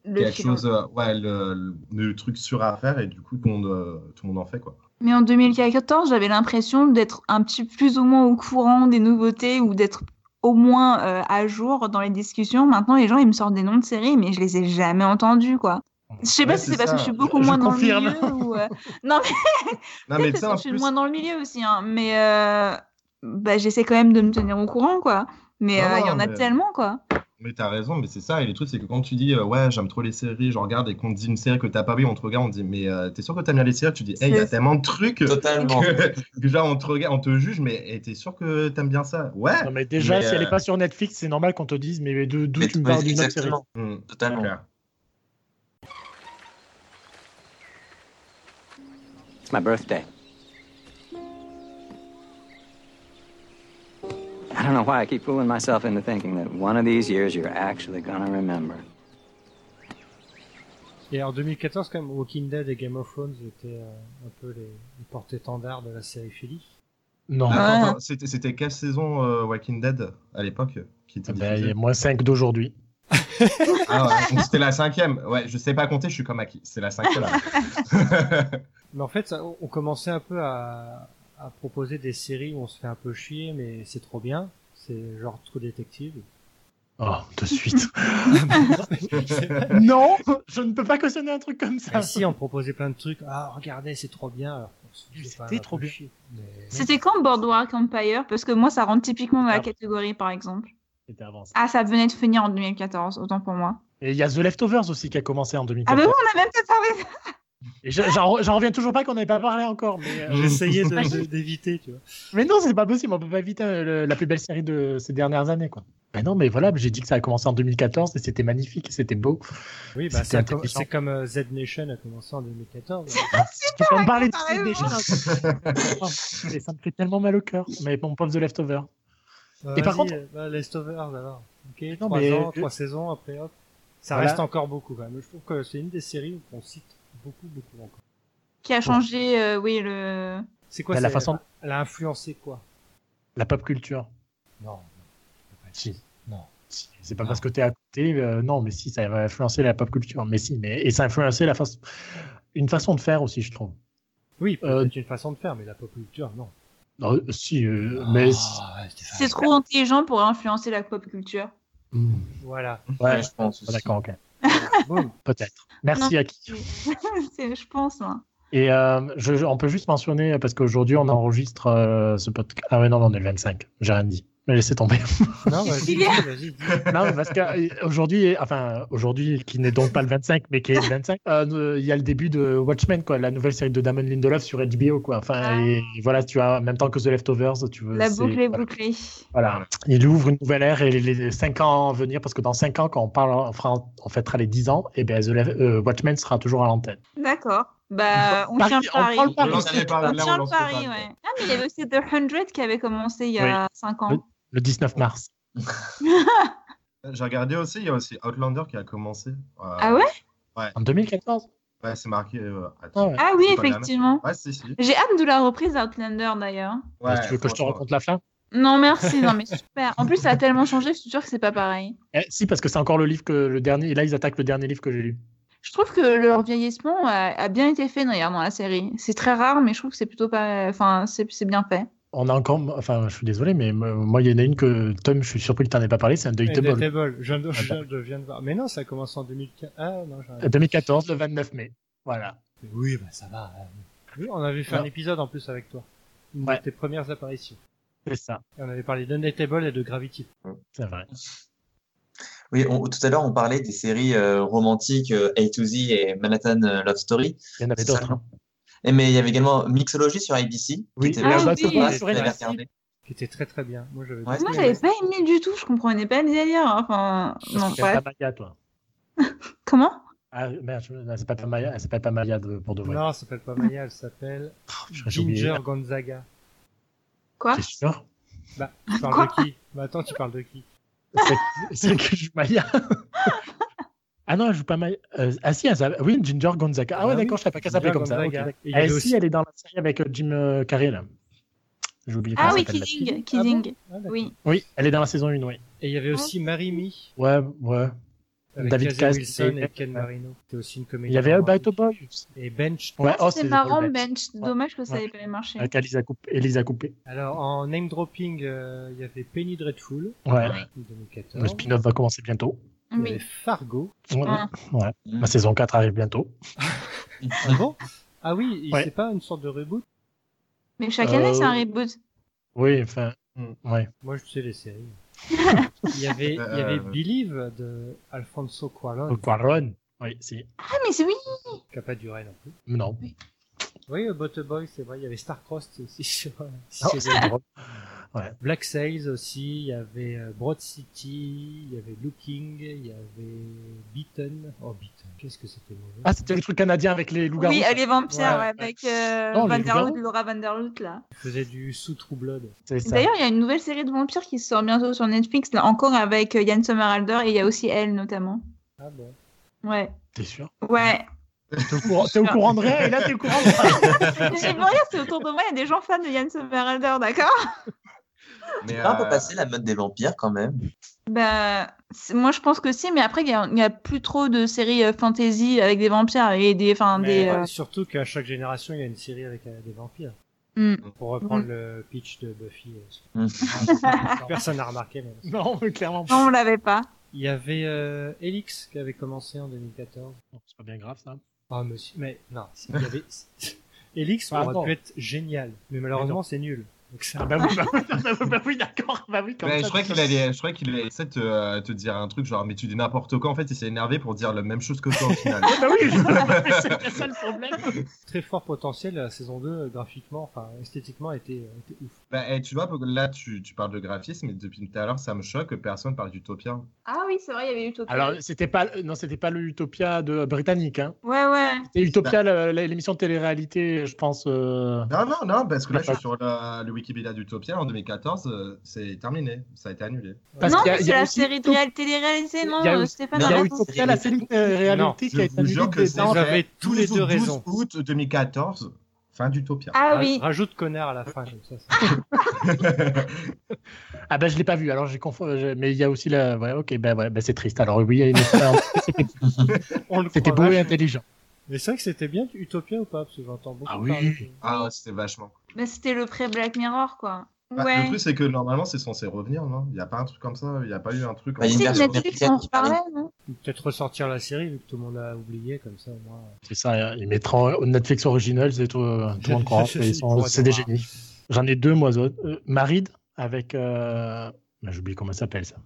D: le
G: quelque
D: film.
G: chose, euh, ouais, le, le- le truc sûr à faire, et du coup, tout le monde, euh, tout le monde en fait, quoi.
D: Mais en 2014, j'avais l'impression d'être un petit plus ou moins au courant des nouveautés ou d'être au moins euh, à jour dans les discussions. Maintenant, les gens, ils me sortent des noms de séries, mais je les ai jamais entendus, quoi. Je sais pas
G: Ouais,
D: si
G: c'est
D: c'est parce que
G: ça.
D: je suis beaucoup
E: Je
D: moins dans le
E: confirme.
D: milieu ou. euh, Non, mais
G: Non, Ah, mais
D: peut-être parce
G: tu sais,
D: que
G: en
D: je suis
G: plus-
D: moins dans le milieu aussi, hein, mais euh, bah, j'essaie quand même de me tenir au courant, quoi. Mais
G: Non,
D: euh, il y
G: non,
D: en a
G: mais-
D: tellement, quoi.
G: Mais t'as raison, mais c'est ça. Et le truc, c'est que quand tu dis euh, ouais, j'aime trop les séries, je regarde, et qu'on te dit une série que t'as pas vu, on te regarde, on te dit mais euh, t'es sûr que t'aimes bien les séries Tu dis, hey, il y a
D: C'est-
G: tellement de trucs que,
F: Totalement.
G: que genre, on te regarde, on te juge, mais hey, t'es sûr que t'aimes bien ça Ouais.
E: Non, mais déjà,
G: Mais,
E: si elle
G: euh,
E: n'est pas sur Netflix, c'est normal qu'on te dise, mais d'où d'où
F: Mais
E: tu me
F: ouais,
E: parles d'une autre série
F: exactement.
G: Hmm,
F: Totalement.
G: clair.
I: It's my birthday. I don't know why I keep fooling myself into thinking that one of these years you're actually gonna remember.
C: Et en 2014, quand même, Walking Dead et Game of Thrones étaient euh, un peu les, les porte-étendards de la série Philly.
E: Non.
G: Attends,
D: Ouais.
G: attends, c'était, c'était quelle saison euh, Walking Dead à l'époque qui était
E: Ah bah, il y
G: diffusée
E: a moins 5 d'aujourd'hui.
G: Ah ouais, donc c'était la cinquième. Ouais, je sais pas compter, je suis comme acquis. C'est la cinquième.
C: Mais en fait, ça- on on commençait un peu à, à proposer des séries où on se fait un peu chier, mais c'est trop bien. C'est genre True Detective.
E: Oh, de suite.
C: C'est vrai.
E: non, je ne peux pas cautionner un truc comme ça.
C: Ah si, on proposait plein de trucs. Ah, regardez, c'est trop bien. Alors, on se fait
E: C'était
C: pas un
E: trop
C: peu
E: bien.
C: chier. Mais-
D: C'était quand Boardwalk Empire Parce que moi, ça rentre typiquement dans la
E: Ah.
D: catégorie, par exemple.
E: C'était avant ça.
D: Ah, ça venait de finir en 2014, autant pour moi.
E: Et il y a The Leftovers aussi qui a commencé
D: Ah,
E: en
D: bah
E: 2014.
D: oui, on a même pas parlé.
E: Et je- J'en j'en reviens toujours pas qu'on n'avait pas parlé encore. Mais, euh,
C: J'essayais de- de- d'éviter, tu vois.
E: mais non, c'est pas possible. On peut pas éviter euh, le- la plus belle série de ces dernières années. Quoi. Ben non, mais voilà, j'ai dit que ça a commencé en 2014 et c'était magnifique, et c'était beau.
C: Oui, bah,
E: C'était
C: c'est
E: intelligent.
C: comme, c'est comme euh, Z Nation a commencé en 2014.
E: Tu peux me parler de
D: comparaison.
E: trucs déjà. Oh, mais ça me fait tellement mal au cœur. Mais mon pauvre The Leftovers.
C: Euh,
E: Et par
C: vas-y,
E: contre-
C: euh, bah, Leftovers, alors. Ok,
E: Non,
C: trois
E: mais-
C: ans, trois saisons, après hop. Ça
E: Voilà.
C: reste encore beaucoup quand même. Je trouve que c'est une des séries qu'on cite beaucoup, beaucoup encore.
D: Qui a changé, euh, oui, le.
C: C'est quoi
E: Bah, la
C: c'est-
E: façon-
C: Elle a influencé quoi
E: La pop culture.
C: Non.
E: Si.
C: Non.
E: Si. C'est pas parce que t'es à côté. euh, non, mais si, ça va influencer la pop culture. Mais si, mais et ça a influencé la façon, une façon de faire aussi, je trouve.
C: Oui, peut-être
E: Euh,
C: une façon de faire, mais la pop culture, non.
E: Non, si, euh, mais
C: Ah, ouais, Stéphane.
D: C'est trop intelligent pour influencer la pop culture.
E: Hmm,
C: Voilà.
E: ouais,
F: Ouais, je pense. aussi.
E: d'accord, ok,
C: Boum.
E: peut-être. Merci à qui.
D: C'est- je pense, hein. moi.
E: Et euh, je- je- on peut juste mentionner parce qu'aujourd'hui on enregistre euh, ce podcast. Ah ouais, non, non, on est le 25. J'ai rien dit. Mais laissez tomber.
C: Non, vas-y,
D: Bien.
C: dis, vas-y, dis.
E: Non, mais parce qu'aujourd'hui, enfin, aujourd'hui, qui n'est donc pas le 25, mais qui est le 25, euh, euh, il y a le début de Watchmen, quoi, la nouvelle série de Damon Lindelof sur HBO, quoi. Enfin,
D: Ah.
E: et voilà, tu as en même temps que The Leftovers, tu veux.
D: La
E: Euh, c'est-
D: boucle est
E: voilà.
D: bouclée.
E: Voilà. Il ouvre une nouvelle ère et les- les 5 ans à venir, parce que dans 5 ans, quand on parle, on, fera, on fêtera les 10 ans, et bien The Lef- euh, Watchmen sera toujours à l'antenne.
D: D'accord. Bah, on
E: Paris,
D: tient
E: on
D: le pari.
E: prend le
G: On
E: pari.
G: lance les paris,
D: On
G: là, on
D: tient le
G: lance les
D: pari,
G: paris.
D: ouais. Ah, mais il y avait aussi The 100 qui avait commencé il y a 5 ans.
E: Oui. Le 19 mars.
G: J'ai regardé aussi, il y a aussi Outlander qui a commencé. Euh,
D: Ah ouais
E: En 2014
G: Ouais, c'est marqué. euh, attends.
E: Ah ouais.
D: Ah oui,
G: C'est pas la même.
D: effectivement.
G: Ouais, si, si.
D: J'ai hâte de la reprise Outlander d'ailleurs.
G: Ouais,
E: Tu veux que je te
G: franchement.
E: raconte la fin
D: Non, merci, non, mais super. En plus, ça a tellement changé, je suis sûre que c'est pas pareil.
E: Eh, Si, parce que c'est encore le livre que le dernier. Et là, ils attaquent le dernier livre que j'ai lu.
D: Je trouve que leur vieillissement a, a bien été fait d'ailleurs dans la série. C'est très rare, mais je trouve que c'est plutôt pas. Enfin, c'est c'est bien fait.
E: On a encore, enfin, je suis désolé, mais me- moi, il y en a une que Tom, je suis surpris que tu n'en aies pas parlé, c'est Undateable.
C: Debatable. Eh, Je viens de, je
E: Ah,
C: viens de- viens de voir. Mais non, ça commence en 2015. Ah, non, j'ai rien
E: 2014, le 29 mai. Voilà.
C: dit. Oui, bah ça va. euh. Oui, on avait fait un
E: Non.
C: épisode en plus avec toi. Une
E: Ouais.
C: de tes premières apparitions.
E: C'est ça.
C: Et on avait parlé d'Undatable et de Gravity.
E: C'est vrai.
F: Oui, on- tout à l'heure, on parlait des séries euh, romantiques euh, A to Z et Manhattan euh, Love Story.
E: Il y en avait
F: C'est ça.
E: d'autres. hein.
F: Et, mais il y avait également Mixology sur ABC.
E: Oui.
F: qui était
D: Ah
F: vraiment
D: oui.
F: très bien,
D: Ah,
F: je
E: sur NBC.
F: l'avais regardé.
C: Qui était très très bien. Moi, j'avais
F: Ouais.
C: beaucoup
D: Moi,
C: aimé.
D: j'avais pas aimé du tout, je comprenais pas le délire. hein. Enfin, non,
E: Parce que
D: bref.
E: c'est pas Maya, toi.
D: Comment
E: Ah, merde, je- non, c'est pas Maya, elle s'appelle pas Maya de- pour de vrai.
C: Non, elle s'appelle pas Maya, elle s'appelle
E: J'ai Oh, oublié. Ah,
C: Ginger Gonzaga.
D: Quoi
E: T'es sûr
C: Bah,
E: Ah,
C: tu parles
D: Quoi
C: de qui Bah attends, tu parles de qui
E: C'est- C'est que je joue Maya. ah non, elle joue pas Maya. Euh, ah si, elle s'appelle- oui, Ginger Gonzaga. Ah ouais,
C: Ah oui,
E: d'accord, je savais pas qu'elle s'appelait
C: Ginger
E: comme ça.
C: Gonzaga.
E: ok, d'accord.
C: Et il y
E: Ah
C: avait
E: si,
C: aussi-
E: elle est dans la série avec euh, Jim euh, Carrey, là. J'ai oublié
D: Ah
E: comment
D: oui,
E: elle s'appelle,
D: Kidding,
E: la
C: Ah bon
D: Kidding.
C: Ah, d'accord.
D: Oui.
E: Oui, elle est dans la saison 1, oui.
C: Et il y avait aussi Marie Me
E: Ouais, ouais.
C: avec
E: David
C: Casey
E: Cass
C: Wilson
E: et-
C: et Ken Marino. C'était aussi une comédie.
E: Il y avait About
C: romantique.
E: a Boy aussi.
C: Et Bench.
E: Ouais,
D: Ah,
E: oh,
D: c'est
E: c'est
D: marrant,
E: drôle,
D: Bench.
E: Ouais.
D: Dommage que ça
E: Ouais. Ah,
D: n'ait pas marché.
E: Avec Elisa Coupé. Elisa Coupé.
C: Alors en name dropping, euh, il y avait Penny Dreadful
E: Ouais.
C: de
E: Le
C: 2014.
E: spin-off va commencer bientôt.
C: Il y
D: Oui.
C: avait Fargo.
E: Ouais.
D: Ah.
E: Ouais.
F: Mmh.
E: La saison 4 arrive bientôt.
C: Ah bon Ah oui, il-
E: Ouais.
C: c'est pas une sorte de reboot
D: Mais chaque
E: Euh,
D: année, c'est un reboot.
E: Oui, enfin.
G: Mm.
E: Ouais.
C: Moi, je sais les séries. il y avait, il y avait
G: Euh.
C: Believe de Alfonso Cuarón,
E: Le Quaron. Oui, si.
D: Ah, mais c'est oui
C: qui a pas duré non plus.
E: Non.
C: Oui, euh, Butter Boy, c'est vrai. Il y avait Starcrossed aussi. je vois.
D: Oh.
E: Non, c'est drôle.
C: Black Sails aussi. Il y avait euh, Broad City. Il y avait Looking. Il y avait Beaten. Oh, Beaten. Qu'est-ce que c'était mauvais.
E: Ah, c'était le truc canadien avec les loups-garous.
D: Oui,
E: ça.
D: elle est vampire,
E: Ouais,
D: ouais,
E: ouais.
D: avec euh,
E: Non, les
D: Vanderloot,
E: loups-garous.
D: Laura Vanderloot, là.
C: Il faisait du sous True Blood.
E: C'est ça.
D: D'ailleurs, il y a une nouvelle série de vampires qui sort bientôt sur Netflix, là, encore avec euh, Yann Somerhalder, et il y a aussi elle, notamment.
C: Ah bon.
D: Ouais.
E: T'es sûr
D: Ouais.
E: T'es au, courant- t'es au courant de rien et là t'es au courant de rien.
D: J'ai pour rire, c'est autour de moi, il y a des gens fans de Yann Somerhalder, d'accord
G: Mais,
F: Ah, on peut
G: euh,
F: passer la mode des vampires quand même.
D: Bah, c'est- moi je pense que si, mais après, il y a, il y a plus trop de séries euh, fantasy avec des vampires et des. Enfin,
C: Mais
D: des.
C: ouais,
D: euh,
C: Surtout qu'à chaque génération, il y a une série avec euh, des vampires.
D: hmm.
C: Pour reprendre le pitch de Buffy. euh,
F: Mm.
C: Personne n'a remarqué. mais-
E: Non, mais clairement.
D: Non, on l'avait pas.
C: Il y avait euh, Helix qui avait commencé en 2014.
E: Bon, C'est pas bien grave ça.
C: Ah monsieur, mais non, c'est- il y avait... Helix
E: Ah,
C: aurait
E: non.
C: pu être génial, mais malheureusement c'est nul. Donc ça-
E: Ah bah oui, bah oui, bah oui, bah oui, d'accord. Bah oui, comme
G: Ouais,
E: ça,
G: je croyais
E: tu-
G: qu'il allait, je croyais qu'il allait essayer de te, euh, te dire un truc genre mais tu dis n'importe quoi en fait il s'est énervé pour dire la même chose que toi au final.
E: Bah oui, je- c'est bien ça le problème.
C: Très fort potentiel, la saison 2 euh, graphiquement, enfin esthétiquement était, euh, était ouf.
G: bah, eh, tu vois là tu, tu parles de graphisme mais depuis tout à l'heure ça me choque que personne parle d'Utopia.
D: Ah oui, c'est vrai, il y avait Utopia.
E: Alors c'était pas, non, c'était pas le Utopia de britannique. Hein.
D: Ouais, ouais.
E: C'était Utopia, la- la- l'émission de télé-réalité, je pense. euh,
G: Non non non parce que là je suis sur la- le Wikipédia d'Utopia en 2014 euh, c'est terminé ça a été annulé.
E: Parce
D: non,
E: qu'il y a-
D: mais
E: il y
D: c'est
E: a
D: la
E: aussi
D: série
E: Utopia-
D: réalité téléréalisée, non
E: Il y a-
D: euh, Stéphane
E: Il y a
D: arrête.
E: Utopia, la télé-réalité qui a été
G: Je vous
E: annulée
G: jure que c'est
E: dedans.
C: Vous avez
G: vrai.
C: tous les deux
G: au 12
C: raisons.
G: août 2014 fin d'Utopia.
D: Ah
C: Ra-
D: oui.
C: Rajoute connard à la fin comme ça. ça-
E: Ah ben je l'ai pas vu, alors j'ai confondu. je- Mais il y a aussi la. Ouais, ok, ben ouais, ben c'est triste. Alors oui, il y a une- c'était-
C: On le
E: c'était
C: croit
E: beau et
C: vachement.
E: intelligent.
C: Mais c'est vrai que c'était bien Utopia ou pas Parce que j'entends beaucoup
E: Ah oui.
C: parler de-
G: ah c'était vachement. cool.
D: Bah, c'était le pré-Black Mirror, quoi.
G: Bah, Le
D: ouais.
G: truc c'est que normalement c'est censé revenir non il n'y a pas un truc comme ça il n'y a pas eu un truc. en
F: Bah, il y a une
D: Si,
F: version
D: Netflix, on
F: américaine
D: en
F: qui parlait.
D: parlait, non
C: Peut-être ressortir la série vu que tout le monde a oublié comme ça au moins.
E: C'est ça, ils mettront au Netflix original, c'est tout, euh, tout le monde croit.
C: Je- je-
E: Ils sont-
C: je- je-
E: C'est des génies. J'en ai deux, moi, autres. Euh, Maride, avec. Euh... ben, J'oublie comment ça s'appelle ça.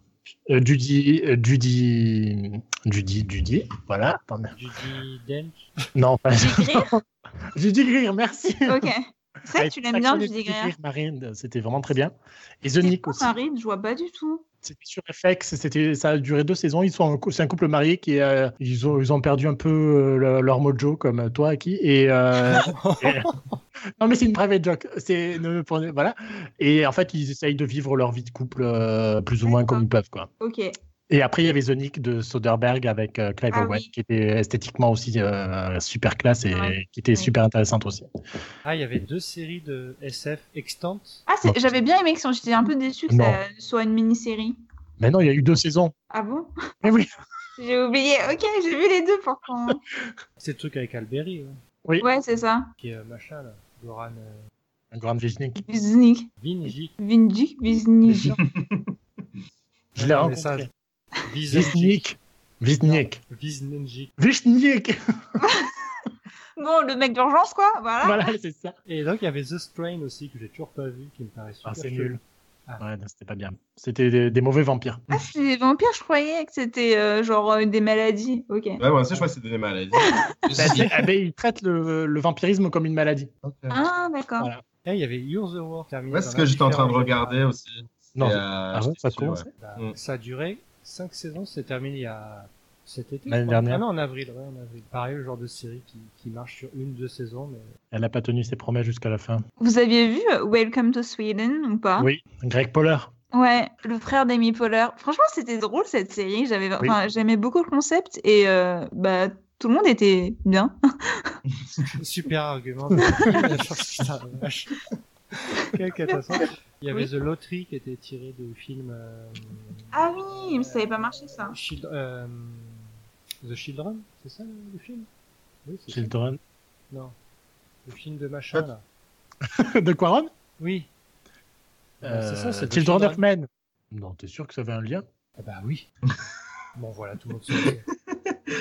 E: Euh, Judy, euh, Judy, Judy, Judy, voilà. Attends,
C: Judy Dench
E: Non, pas
D: Judy Greer
E: Judy Greer, merci.
D: Ok. C'est vrai que tu l'aimes bien, Judy Greer.
E: Marine, c'était vraiment très bien. Et The
D: C'est
E: Nick
D: quoi,
E: aussi.
D: Marie Je vois pas du tout.
E: C'était sur FX, c'était, ça a duré deux saisons. Ils sont, en cou- c'est un couple marié qui, euh, ils ont, ils ont perdu un peu euh, le- leur mojo comme toi, qui et, euh, et- non mais c'est une private joke. C'est, ne me prenez- voilà. Et en fait, ils essayent de vivre leur vie de couple euh, plus ou moins comme ils peuvent, quoi.
D: Ok.
E: Et après, il y avait The Nick de Soderbergh avec euh, Clive
D: Ah
E: Owen,
D: oui.
E: qui était esthétiquement aussi euh, super classe et
D: Ouais.
E: qui était
D: Ouais.
E: super intéressante aussi.
C: Ah, il y avait deux séries de SF extant.
D: Ah, c'est-
E: Bon.
D: j'avais bien aimé que ça- j'étais un peu déçue que ça soit une mini-série.
E: Mais non, il y a eu deux saisons.
D: Ah bon
E: Mais oui.
D: J'ai oublié. Ok, j'ai vu les deux pourtant.
C: C'est le truc avec Alberi, ouais,
D: Ouais, c'est ça.
C: qui est euh, machin là. Goran euh,
E: Un grand Viznik.
D: Viznik.
C: Vinji.
D: Vinji. Viznik.
E: Je l'ai
C: Ouais, mais ça,
E: rencontré.
C: Viznik.
E: Viznik. Viznik.
C: Viznik.
E: Viznik.
D: Bon, le mec d'urgence, quoi. Voilà.
E: voilà, c'est ça.
C: Et donc il y avait The Strain aussi que j'ai toujours pas vu, qui me paraît super.
E: Ah, c'est
C: chelou.
E: nul.
C: Ah.
E: Ouais, non, c'était pas bien. C'était des, des mauvais vampires.
D: Ah, c'est des vampires, je croyais que c'était euh, genre euh, des maladies. Ok.
G: Ouais moi aussi je crois que c'était des maladies.
E: Bah, c'est- ah, ben, ils traitent le, le vampirisme comme une maladie.
D: Ah, d'accord.
E: Voilà.
C: Eh, il y avait You're the War terminé.
G: Ouais,
C: par
G: c'est ce
C: la
G: que j'étais en train de
C: différente-
G: regarder aussi.
E: Non,
G: Et,
E: je-
G: euh,
E: ah bon,
G: j'étais
E: ça a
G: dessus, ouais.
E: commencé
C: Bah,
G: Mm.
C: Ça a duré 5 saisons, c'est terminé il y a cet été. je
E: L'année
C: crois.
E: dernière.
C: Ah non, en avril, ouais, en avril. Pareil, le genre de série qui, qui marche sur une, deux saisons, mais
E: Elle n'a pas tenu ses promesses jusqu'à la fin.
D: Vous aviez vu euh, Welcome to Sweden ou pas
E: Oui, Greg Poller.
D: Ouais, le frère d'Amy Poehler. Franchement, c'était drôle cette série. J'avais,
E: Oui.
D: enfin, j'aimais beaucoup le concept et euh, bah tout le monde était bien.
C: Super argument. Putain, la vache. Quelle catastrophe. Il y avait
D: Oui.
C: The Lottery qui était tiré du film euh,
D: Ah oui, ça avait pas marché ça.
C: Child- euh, The Children, c'est ça le, le film Oui, c'est ça.
E: Children.
C: Non. Le film de machin là.
E: de Quaron
C: Oui.
E: Euh,
C: Bah, c'est ça, c'est The
E: Children of Men. Non, t'es sûr que ça avait un lien
C: Ah bah Eh ben oui. Bon, voilà, tout le monde se retire.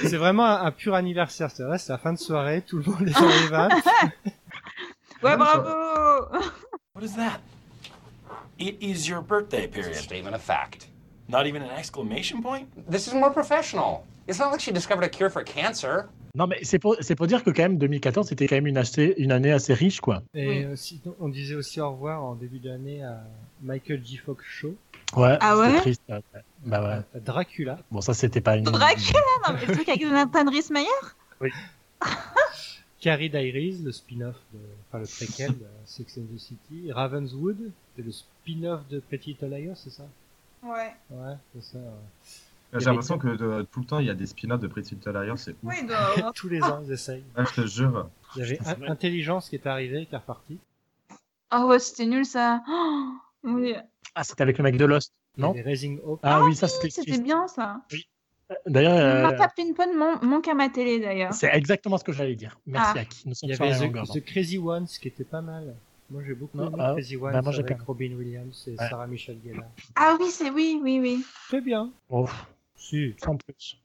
C: C'est vraiment un, un pur anniversaire, c'est vrai, c'est la fin de soirée, tout le monde est dans les vannes.
E: Ah
D: Ouais, bravo
J: What is that? It is your birthday period. statement of fact. Not even an exclamation point?
K: This is more professional. It's not like she discovered a cure for cancer.
E: Non, mais c'est pour, c'est pour dire que quand même 2014, c'était quand même une, assez- une année assez riche, quoi.
C: Et euh, sinon, on disait aussi au revoir en début d'année à Michael J. Fox Show,
E: Ouais,
D: Ah
E: c'était
D: ouais
E: triste. ouais. Bah ouais.
C: à Dracula.
E: Bon, ça, c'était pas une.
D: Dracula, non, mais le truc avec Jonathan Rhys Meyer
C: Carrie Diaries, le spin-off, de, enfin le préquel de Sex and the City. Ravenswood, c'est le spin-off de Petit Little Liars, c'est ça
D: Ouais.
C: Ouais, c'est ça. ouais.
G: J'ai l'impression que de- tout le temps, il y a des spin-offs de Pretty Little Liars, c'est ouf.
D: Oui, il doit avoir-
C: Tous les ans, ils essayent.
G: Ah, je te jure.
C: Il y avait
E: Putain, c'est vrai.
C: Intelligence qui est arrivé, qui est reparti.
D: Ah ouais, c'était nul ça. Oh, mon Dieu.
E: Ah, c'était avec le mec de Lost, non
C: Il y avait Raising Hope.
E: Ah oui, ça, c'était
D: C'était
E: triste.
D: bien ça.
E: D'ailleurs, euh,
D: Martha Plimpton mon- manque à ma télé d'ailleurs.
E: c'est exactement ce que j'allais dire. Merci
D: Ah.
E: à qui Nous
C: Il
E: sommes
C: y
E: sur la
C: avait
E: même
C: The,
E: longueur
C: The Crazy Ones qui était pas mal. Moi j'ai beaucoup
E: Non,
C: aimé
E: ah,
C: Crazy Ones
E: bah, moi, j'ai
C: avec
E: pas.
C: Robin Williams et
E: Ouais.
C: Sarah Michelle Gellar.
D: Ah oui, c'est oui, oui, oui.
C: C'est bien.
E: d'onde. Oh,
C: Si.
E: sans plus.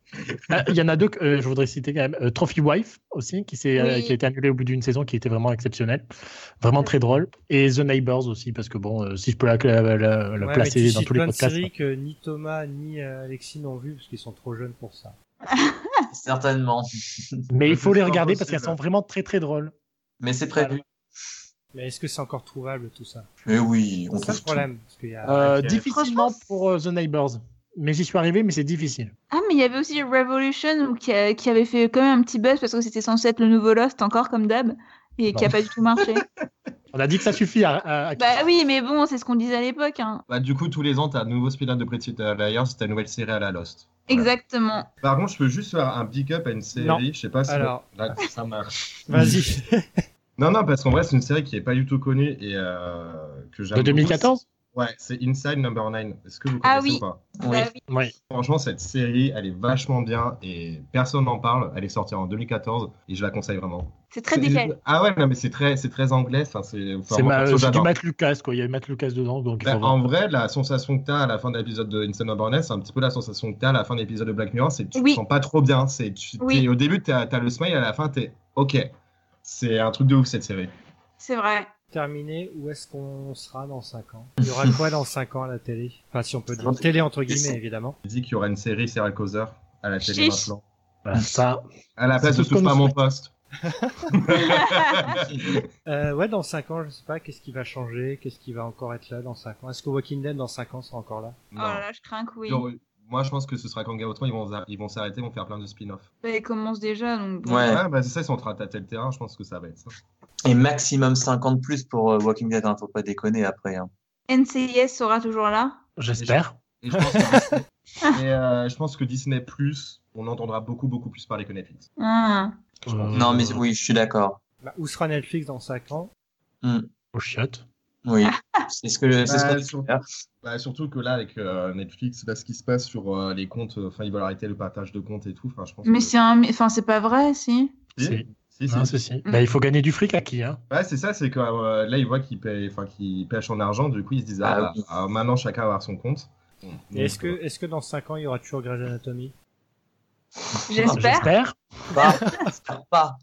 E: Ah, Il y en a deux que euh, je voudrais citer quand même. Euh, Trophy Wife aussi, qui, s'est, euh,
D: Oui.
E: qui a été annulé au bout d'une saison, qui était vraiment exceptionnelle. Vraiment très drôle. Et The Neighbors aussi, parce que bon, euh, si je peux la, la- la- la
C: Ouais, mais
E: placer
C: tu
E: dans
C: cites
E: tous les
C: plein de
E: podcasts. hein.
C: séries que ni Thomas ni euh, Alexis n'ont vu parce qu'ils sont trop jeunes pour ça.
F: Certainement.
E: Mais il faut les
G: C'est
E: regarder
G: impossible.
E: parce qu'elles sont vraiment très très drôles.
F: Mais c'est prévu.
C: Mais est-ce que c'est encore trouvable tout ça
F: Mais oui, on
C: C'est ça le
F: trouve tout.
C: problème. Parce qu'il y a...
E: Euh,
G: ok.
E: difficilement pour euh, The Neighbors. Mais j'y suis arrivé, mais c'est difficile.
D: Ah, mais il y avait aussi Revolution ou qui, a- qui avait fait quand même un petit buzz parce que c'était censé être le nouveau Lost encore comme d'hab et qui a
E: Non.
D: pas du tout marché.
E: On a dit que ça suffit à. à- à-
D: bah oui, mais bon, c'est ce qu'on disait à l'époque. hein.
G: Bah, du coup, tous les ans, t'as un nouveau spin-off de Pretty Little Liars, c'est ta nouvelle série à la Lost. Voilà.
D: Exactement.
G: Par contre, je peux juste faire un big up à une série,
C: Non.
G: je sais pas si
C: Alors.
G: Là, Ah, ça marche.
C: Vas-y.
G: Non, non, parce qu'en vrai, c'est une série qui est pas du tout connue et euh, que j'aime
E: De
G: beaucoup.
E: 2014
G: Ouais, c'est Inside Number 9. Est-ce que vous connaissez
D: Ah
G: ou
D: oui.
G: pas
F: Oui.
D: Bah oui.
E: Oui.
G: Franchement, cette série, elle est vachement bien et personne n'en parle. Elle est sortie en 2014 et je la conseille vraiment.
D: C'est très
G: C'est-
D: décalé.
G: Ah ouais, non, mais c'est très, c'est très anglais. Enfin, c'est enfin,
E: C'est
G: moi,
E: ma-
G: perso,
E: euh, c'est du
G: j'adore.
E: Matt Lucas, quoi. Il y a Matt Lucas dedans, donc il
G: Bah,
E: faut voir.
G: en vrai, la sensation que t'as à la fin de l'épisode de Inside Number 9, c'est un petit peu la sensation que t'as à la fin de l'épisode de Black Mirror, c'est que tu
D: Oui.
G: te sens pas trop bien. C'est, tu-
D: Oui.
G: t'es- au début, t'as, t'as le smile, à la fin, t'es OK. C'est un truc de ouf cette série.
D: C'est vrai.
C: Terminé, où est-ce qu'on sera dans 5 ans Il y aura quoi dans 5 ans à la télé Enfin, si on peut dire télé entre guillemets, évidemment.
G: Il dit qu'il y aura une série serial causeur à la télé
D: Chiche.
G: maintenant.
E: Bah, ça.
G: À la place
E: C'est tout
G: de
E: ce
G: touche
E: qu'on
G: pas à
E: nous
G: mon poste.
D: Oh Ah.
C: Euh, ouais, dans 5 ans, je sais pas, qu'est-ce qui va changer Qu'est-ce qui va encore être là dans 5 ans Est-ce que Walking Dead dans 5 ans sera encore là
D: Oh là là, je crains que oui.
G: Genre, euh, Moi, je pense que ce sera quand Gautron, ils vont, ils vont s'arrêter, ils vont faire plein de spin-off.
D: Bah, il commence déjà donc. bon.
F: Ouais.
G: Ouais, bah c'est ça, ils sont en train de tâter le terrain, je pense que ça va être ça.
F: Et maximum 50 plus pour euh, Walking Dead, hein, faut pas déconner après. hein.
D: NCIS sera toujours là.
E: J'espère.
G: Et je pense que, et, euh, je pense que Disney, Plus, on entendra beaucoup, beaucoup plus parler que Netflix.
D: Ah.
E: Euh,
F: Non, mais oui, je suis d'accord.
C: Bah, Où sera Netflix dans 5 ans
E: Au chiotte.
F: Oui. C'est ce que je. c'est ce
G: Bah,
F: qu'on-
G: surtout,
F: faire.
G: bah, surtout que là, avec euh, Netflix, là, ce qui se passe sur euh, les comptes, euh, enfin, ils veulent arrêter le partage de comptes et tout. Enfin, je pense
D: Mais
G: que-
D: c'est un. Enfin, c'est pas vrai, si.
G: Si, si, si.
E: Non, ceci. Bah, il faut gagner du fric à qui, hein
G: Ouais, c'est ça, c'est que euh, là, ils voient qu'ils paient- enfin, qu'ils pêchent en argent, du coup, ils se disent, ah,
F: Ah
G: bah,
F: oui.
G: ah, maintenant, chacun va avoir son compte. Donc,
C: Et est-ce
G: euh,
C: que, est-ce que dans 5 ans, il y aura toujours Grey's Anatomy
D: Ah, J'espère.
F: Pas. J'espère pas.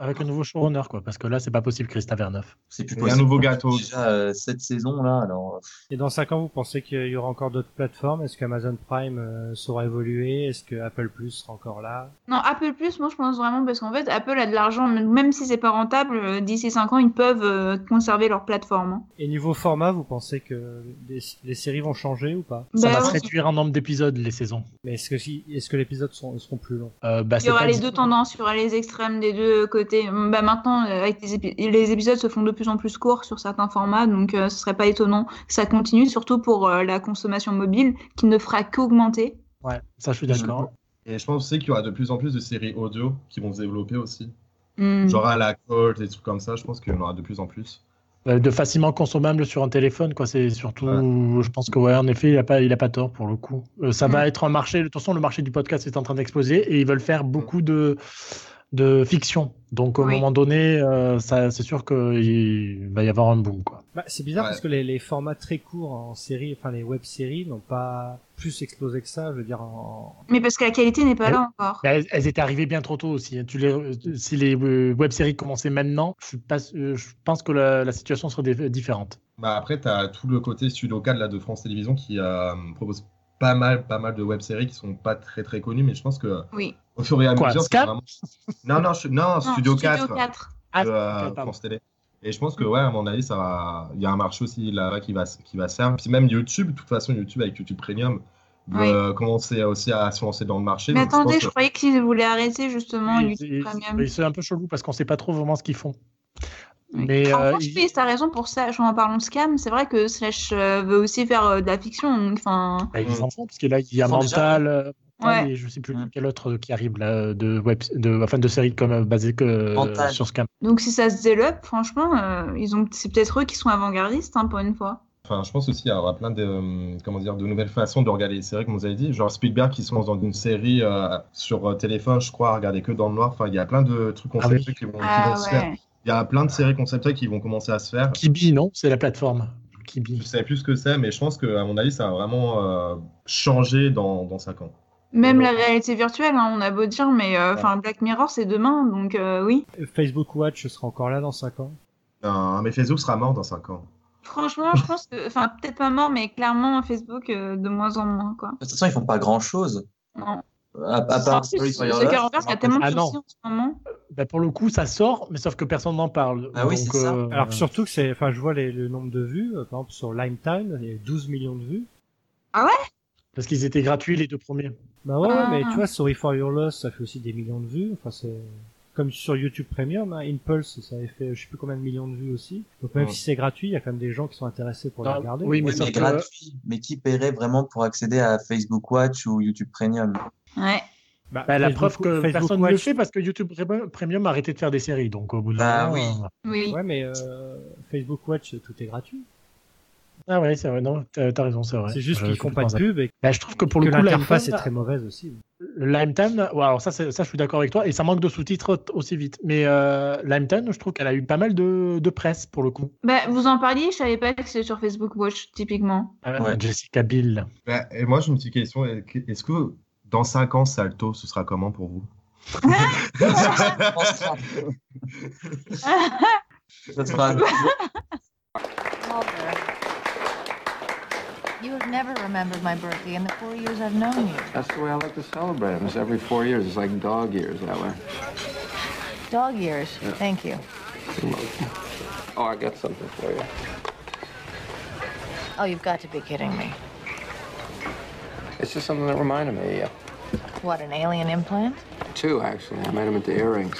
E: Avec un nouveau showrunner, quoi. Parce que là, c'est pas possible, Christa Verneuf.
F: C'est plus
G: Il y a
F: possible.
G: un nouveau gâteau.
F: Déjà euh, cette saison là, alors. euh,
C: Et dans 5 ans, vous pensez qu'il y aura encore d'autres plateformes Est-ce qu'Amazon Prime euh, saura évoluer Est-ce que Apple Plus sera encore là
D: Non, Apple Plus, moi je pense vraiment parce qu'en fait, Apple a de l'argent, même si c'est pas rentable, euh, d'ici 5 ans, ils peuvent euh, conserver leur plateforme. hein.
C: Et niveau format, vous pensez que les, les séries vont changer ou pas
E: Ça
D: Bah
E: va se
D: ouais.
E: réduire en nombre d'épisodes, les saisons.
C: Mais est-ce que, si, est-ce que les épisodes seront, seront plus longs
E: Euh, bah,
D: Il
E: c'est
D: y aura
E: pas
D: les
E: dit-
D: deux tendances, il y aura les extrêmes des deux côtés. Hum, Bah maintenant, euh, avec les, épi- les épisodes se font de plus en plus courts sur certains formats, donc euh, ce serait pas étonnant que ça continue, surtout pour euh, la consommation mobile qui ne fera qu'augmenter.
E: Ouais, ça, je suis d'accord.
G: Et je pense aussi qu'il y aura de plus en plus de séries audio qui vont se développer aussi.
D: Hum.
G: Genre à la Colt, des trucs comme ça, je pense qu'il y en aura de plus en plus.
E: Euh, De facilement consommable sur un téléphone, quoi. C'est surtout, je pense que, ouais, en effet, il a pas, il a pas tort pour le coup. Euh, ça
D: Mm.
E: va être un marché. De toute façon, le marché du podcast est en train d'exploser et ils veulent faire beaucoup de, de fiction. Donc, au
D: Oui.
E: moment donné, euh, ça, c'est sûr qu'il va y avoir un boom, quoi.
C: Bah, c'est bizarre
G: Ouais.
C: parce que les, les formats très courts en série, enfin les web-séries n'ont pas plus explosé que ça, je veux dire en...
D: Mais parce que la qualité n'est pas
E: Eh
D: là encore.
E: Mais Elles, elles étaient arrivées bien trop tôt aussi. hein. Tu les- si les euh, web-séries commençaient maintenant, je, suis pas, euh, je pense que la, la situation serait dé- différente.
G: Bah après, tu as tout le côté studio local là, de France Télévisions qui euh, propose pas mal, pas mal de web-séries qui sont pas très très connues, mais je pense que
D: Oui.
G: au fur et à
E: Quoi,
G: mesure, c'est
E: Scap
G: vraiment... non, non, je- non,
D: Non,
G: Studio 4,
E: Ah,
G: de, euh,
E: ok, pardon.
G: France Télé. Et je pense que ouais, à mon avis, ça va... il y a un marché aussi là-bas qui va, qui va servir. Puis même YouTube, de toute façon, YouTube avec YouTube Premium va commencer aussi à se lancer dans le marché.
D: Mais
G: donc je pense
D: attendez,
G: que-
D: je croyais qu'ils voulaient arrêter justement
E: Oui,
D: YouTube
E: c'est-
D: Premium.
E: c'est- c'est un peu chelou parce qu'on sait pas trop vraiment ce qu'ils font.
D: Oui.
E: Mais
D: En
E: euh,
D: revanche,
E: ils-
D: oui, t'as raison pour ça. En parlant de scam, c'est vrai que Slash euh, veut aussi faire euh, de la fiction. donc, Enfin,
E: bah, ils en font parce que là, il y a
K: Ils font déjà,
E: Mental, euh, Mental
D: Ouais.
E: et je sais plus
F: Mm.
E: quel autre qui arrive là, de web, de, enfin de séries comme euh, basées que euh,
F: Mental.
E: sur Scam.
D: donc si ça se développe, franchement, euh, ils ont, c'est peut-être eux qui sont avant-gardistes hein, pour une fois.
G: Enfin, je pense aussi qu'il y aura plein de, euh, comment dire, de nouvelles façons de regarder les séries, comme vous avez dit. Genre Spielberg qui se lance dans une série euh, sur euh, téléphone, je crois, à regarder que dans le noir. Enfin, il y a plein de trucs
E: oui.
G: conceptuels qui vont, qui
D: Ah
G: vont se faire.
D: ouais.
G: Il y a plein de séries conceptuelles qui vont commencer à se faire.
E: Kibi, non C'est la plateforme.
G: Je
E: Kibi.
G: sais plus ce que c'est, mais je pense qu'à mon avis, ça a vraiment euh, changé dans, dans 5 ans.
D: Même
G: Ouais.
D: la réalité virtuelle, hein, on a beau dire, mais euh, enfin Black Mirror, c'est demain, donc euh, oui.
C: Facebook Watch sera encore là dans 5 ans.
G: Non, mais Facebook sera mort dans 5 ans.
D: Franchement, je pense que, enfin peut-être pas mort, mais clairement Facebook euh, de moins en moins quoi.
F: toute façon, ils font pas grand-chose.
D: Non.
F: À, Bah, à
D: En
F: part
D: plus,
F: Story Fire Love,
D: Zuckerberg a tellement de
E: Ah non.
D: soucis en ce moment.
E: Bah, pour le coup, ça sort, mais sauf que personne n'en parle. euh,
F: Ah oui, c'est ça.
C: Alors que surtout que c'est, enfin je vois les- le nombre de vues, euh, par exemple sur Lifetime, il y a eu 12 millions de vues.
E: Parce qu'ils étaient gratuits les deux premiers.
C: Bah ouais,
D: Ah.
C: mais tu vois, Sorry for Your Loss, ça fait aussi des millions de vues. Enfin, c'est comme sur YouTube Premium, hein, Impulse, ça avait fait je sais plus combien de millions de vues aussi. Donc même
G: Ouais.
C: si c'est gratuit, il y a quand même des gens qui sont intéressés pour le
E: Non,
C: regarder.
E: Bah, oui, mais
F: Oui,
E: sauf
F: mais
E: que-
F: gratuit. Mais qui paierait vraiment pour accéder à Facebook Watch ou YouTube Premium
D: Ouais.
E: Bah, la
C: Facebook-
E: preuve que
C: Facebook
E: personne ne le
C: Watch-
E: fait parce que YouTube Pre- Premium a arrêté de faire des séries. Donc au bout
F: Bah
E: d'un moment,
F: oui.
E: euh,
D: Oui.
C: Ouais, mais euh, Facebook Watch, tout est gratuit.
E: Ah ouais, c'est vrai. Non, t'as t'as raison, c'est vrai.
C: c'est juste
E: Je-
C: qu'ils
E: je
C: font pas
E: comprends
C: de
E: ça.
C: pub et
E: Bah, je trouve que pour
C: que
E: le coup,
C: l'interface est
E: Lifetime-
C: très mauvaise aussi.
E: Lifetime, ouais, alors ça, c'est- ça, je suis d'accord avec toi, et ça manque de sous-titres t- aussi vite. Mais euh, Lifetime, je trouve qu'elle a eu pas mal de, de presse pour le coup.
D: Bah, vous en parliez, je savais pas que c'était sur Facebook Watch typiquement.
E: Euh,
F: Ouais.
E: Jessica Biel.
G: Bah, et moi, j'ai une petite question. Est-ce que dans 5 ans, Salto, ce sera comment pour vous
F: Ça sera-
L: You have never remembered my birthday in the four years I've known you.
I: That's the way I like to celebrate them. It's every four years. It's like dog years that way.
L: Dog years. Thank you.
I: Oh, I got something for you.
L: Oh, you've got to be kidding me.
I: It's just something that reminded me of you.
L: What, an alien implant?
I: Two, actually. I made them into earrings.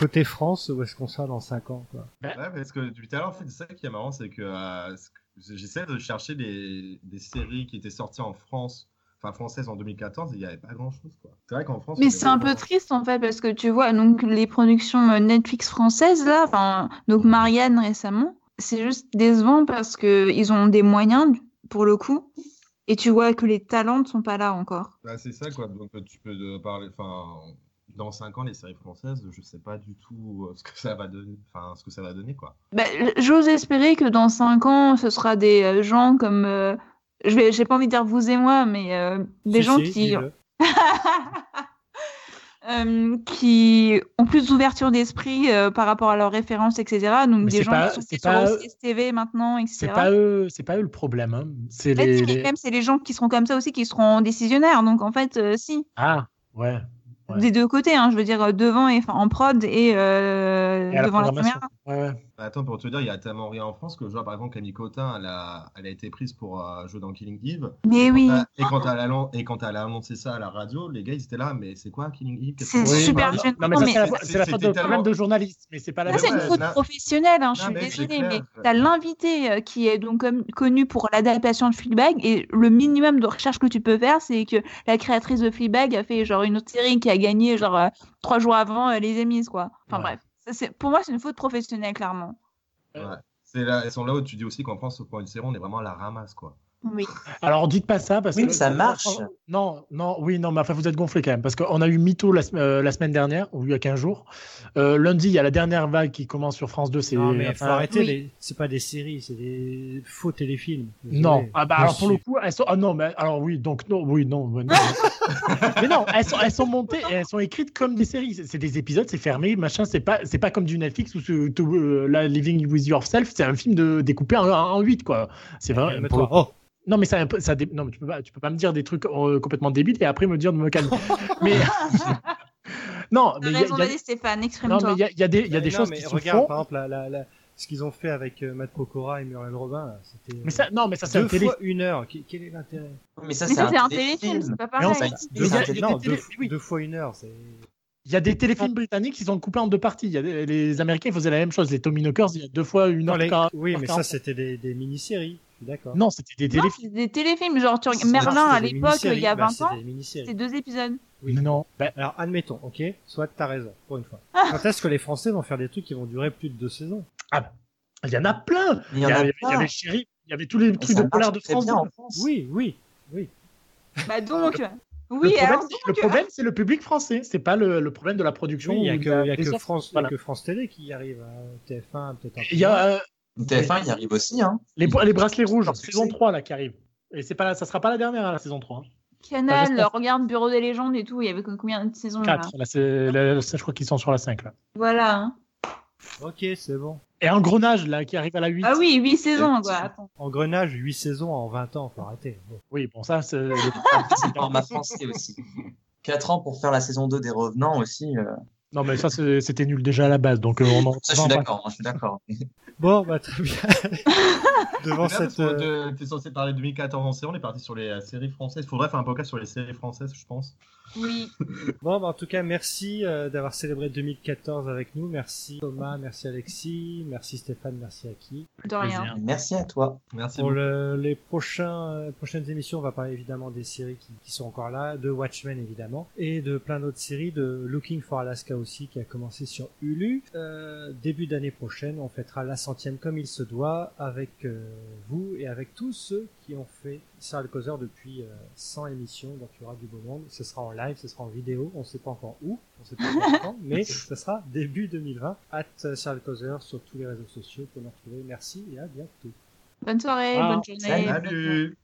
C: Côté France, où est-ce qu'on sera dans 5 ans quoi
G: Ouais, parce que depuis tout à l'heure, en fait, c'est ça qui est marrant, c'est que euh, ce que- j'essaie de chercher des, des séries qui étaient sorties en France, enfin françaises en 2014, et il n'y avait pas grand-chose, quoi. C'est vrai qu'en France... on
D: Mais
G: est
D: c'est un peu
G: vraiment-
D: triste en fait parce que tu vois donc les productions euh, Netflix françaises là, enfin donc Marianne récemment, c'est juste décevant parce que ils ont des moyens pour le coup et tu vois que les talents ne sont pas là encore.
G: Bah, c'est ça, quoi. Donc, euh, tu peux euh, parler... Enfin, dans 5 ans, les séries françaises, je sais pas du tout euh, ce que ça va donner, enfin, ce que ça va donner, quoi.
D: Bah, j'ose espérer que dans 5 ans ce sera des euh, gens comme euh, je vais j'ai pas envie de dire vous et moi mais euh, des
C: Si,
D: gens
C: si,
D: qui
C: dis-le.
D: euh, qui ont plus d'ouverture d'esprit euh, par rapport à leurs références, etc. Donc
E: Mais
D: des
E: c'est
D: gens
E: pas-
D: qui sont
E: c'est
D: sur
E: pas-
D: OCS TV maintenant, etc.
E: C'est pas eux, c'est pas eux le problème. hein. C'est
D: Mais
E: les,
D: si, mais
E: les-
D: Même Ah. c'est les gens qui seront comme ça aussi qui seront décisionnaires. Donc en fait, euh, si,
E: Ah ouais. Ouais.
D: des deux côtés, hein, je veux dire euh, devant et enfin, en prod et, euh,
E: Et à la
D: devant la
E: programmation.
D: caméra.
E: Ouais, ouais.
G: Bah, attends, pour te dire, il y a tellement rien en France que je vois, par exemple, Camille Cotin, elle a, elle a été prise pour euh, jouer dans Killing Eve.
D: Mais
G: Quand
D: oui,
G: elle- Et quand, elle a, lan- et quand elle a annoncé ça à la radio, les gars, ils étaient là, mais c'est quoi Killing Eve Qu'est-ce
D: C'est
G: qu'on fait
D: super
G: Enfin,
D: gênant.
E: bah, Non
D: Non,
E: mais ça, c'est la-
G: mais-
E: c'est la
G: c'est-
E: faute de
G: c'était
E: problème
G: tellement-
E: de journaliste, mais c'est pas la
D: ça
G: mais
D: c'est
E: même
D: une
G: ouais,
D: faute
G: là-
D: professionnelle. hein, je
G: Non,
D: suis
G: mais c'est
D: désolée,
G: clair.
D: mais t'as l'invité euh, qui est donc comme- connu pour l'adaptation de Fleabag et le minimum de recherche que tu peux faire, c'est que la créatrice de Fleabag a fait genre une autre série qui a gagné genre euh, trois jours avant euh, les Emmys quoi. Enfin
E: Ouais.
D: bref, Ça, c'est- pour moi c'est une faute professionnelle clairement.
G: C'est là, elles sont là où tu dis aussi qu'en France, pour une série, on est vraiment à la ramasse, quoi.
D: Oui.
E: Alors dites pas ça parce
F: Oui,
E: que
F: mais ça marche.
E: Non, non, oui, non, mais enfin vous êtes gonflé quand même parce qu'on a eu Mytho la, sem- euh, la semaine dernière ou il y a 15 jours. Euh, lundi, il y a la dernière vague qui commence sur France 2. C'est
C: Non, mais faut
E: enfin,
C: arrêter, les... c'est pas des séries, c'est des faux téléfilms.
E: Non,
C: Désolé.
E: ah bah,
C: Bien
E: alors pour
C: sûr.
E: le coup, elles sont. Ah non, mais alors oui, donc non, oui, non. bah, non. mais non, elles sont, elles sont montées, et elles sont écrites comme des séries. C'est c'est des épisodes, c'est fermé, machin. C'est pas, c'est pas comme du Netflix ou ce, to- euh, là, Living with Yourself. C'est un film de découpé en, en 8 quoi. C'est vrai.
C: Calme-toi.
E: Eh ben, pour le-
C: Oh,
E: Non, mais ça, ça dé- non, mais tu peux pas, tu peux pas me dire des trucs euh, complètement débiles et après me dire de me calmer. mais non, mais il y a-
D: raison,
E: il y a-
D: vas-y Stéphane,
E: non, mais
D: exprime-toi.
E: il y a, il y a des, il y a des
C: non,
E: choses
C: mais
E: qui se
C: regarde,
E: font.
C: par exemple, la- la- la- ce qu'ils ont fait avec euh, Matt Pokora et Muriel Robin, là, c'était
E: Mais ça, non, mais ça c'est
C: deux
E: un télé.
C: fois une heure. Qui- Quel est l'intérêt
F: Mais ça,
D: Mais ça, c'est un
F: téléfilm.
D: téléfilm, c'est pas
E: Mais on
D: pareil.
E: s'en-
F: Mais
E: il y a-
F: c'est un
E: il y a
C: Non,
E: des
C: deux,
E: télé- oui.
C: deux fois une heure, c'est.
E: Il y a des téléfilms britanniques qui sont coupés en deux parties. Il y a des- les Américains faisaient la même chose. Les Tommy Knockers, il y a deux fois une
C: Non,
E: heure.
C: les-
E: quar-
C: Oui, mais ça,
E: quarante.
C: c'était des, des mini-séries. Je suis d'accord.
E: Non, c'était des
D: Non,
E: téléfilms.
D: c'est des téléfilms. Genre, tu regardes
E: Non,
D: Merlin
C: c'était
D: à
C: des
D: l'époque, il y a
C: mini-séries. Bah,
D: 20 ans,
C: C'était des mini-séries.
D: c'est deux épisodes.
C: oui.
E: Non. Ben,
C: Alors, admettons, ok, soit t'as raison, pour une fois. Quand est-ce que les Français vont faire des trucs qui vont durer plus de deux saisons
E: ah ben, il y en a plein.
F: Il y en a
E: avait-
F: plein.
E: avait Chéri, il y avait tous les trucs
F: ça
E: de polar
F: marche
E: de
F: très
E: France.
F: bien en
E: Le
C: Oui, oui.
D: Bah donc, oui,
E: problème,
D: alors euh,
E: c'est- le problème, c'est le public français. C'est pas le, le problème de la production.
C: Oui, Il y a
E: ou de
C: que,
E: la-
C: il y a
E: des
C: que
E: offres.
C: France, il y a
E: bah, Voilà.
C: que France Télé qui arrive à TF1, peut-être un peu.
E: Il y a euh,
F: TF1, il y arrive aussi. Hein.
E: les, bra- les bracelets rouges,
F: Leur succès.
E: saison 3 là qui arrive. Et c'est pas, ça sera pas la dernière hein, la saison 3.
D: Canal,
E: j'espère.
D: regarde Bureau des légendes et tout, il y avait combien de saisons là
E: 4. Là, c'est, là, là, je crois qu'ils sont sur la 5 là.
D: Voilà. hein.
C: Ok, c'est bon.
E: Et Engrenage là qui arrive à la 8.
D: Ah oui, 8 saisons quoi. Attends.
C: Engrenage, 8 saisons en 20 ans, faut arrêter. Bon.
E: Oui, bon ça c'est. le-
F: C'est pas ma français aussi. 4 ans pour faire la saison 2 des Revenants aussi. euh,
E: non mais ça c'est- c'était nul déjà à la base donc euh, on en.
F: Ça, je suis d'accord. hein, Je suis d'accord.
C: Bon, bah très bien. Devant
G: Merde, parce
C: cette.
G: qu'on-
C: euh,
G: de- T'es censé parler de 2014 en série, on est parti sur les euh, séries françaises. Faudrait faire un podcast sur les séries françaises, je pense.
D: Oui.
C: Bon, bah, en tout cas, merci euh, d'avoir célébré 2014 avec nous. Merci Thomas, merci Alexis, merci Stéphane, merci Aki.
D: De rien.
F: Merci à toi.
G: Merci
C: Pour
G: beaucoup.
C: le- les prochains, euh, prochaines émissions, on va parler évidemment des séries qui, qui sont encore là, de Watchmen évidemment, et de plein d'autres séries, de Looking for Alaska aussi qui a commencé sur Hulu. Euh, début d'année prochaine, on fêtera la centième comme il se doit avec euh, vous et avec tous ceux qui ont fait Sarah le Causeur depuis euh, 100 émissions, donc il y aura du beau monde. Ce sera en live, ce sera en vidéo, on sait pas encore où, on sait pas encore quand, mais ce sera début 2020. Hâte Sarah le Causeur sur tous les réseaux sociaux pour nous retrouver. Merci et à bientôt.
D: Bonne soirée,
E: Ah,
D: bonne journée.
F: salut.
D: bonne-
G: Salut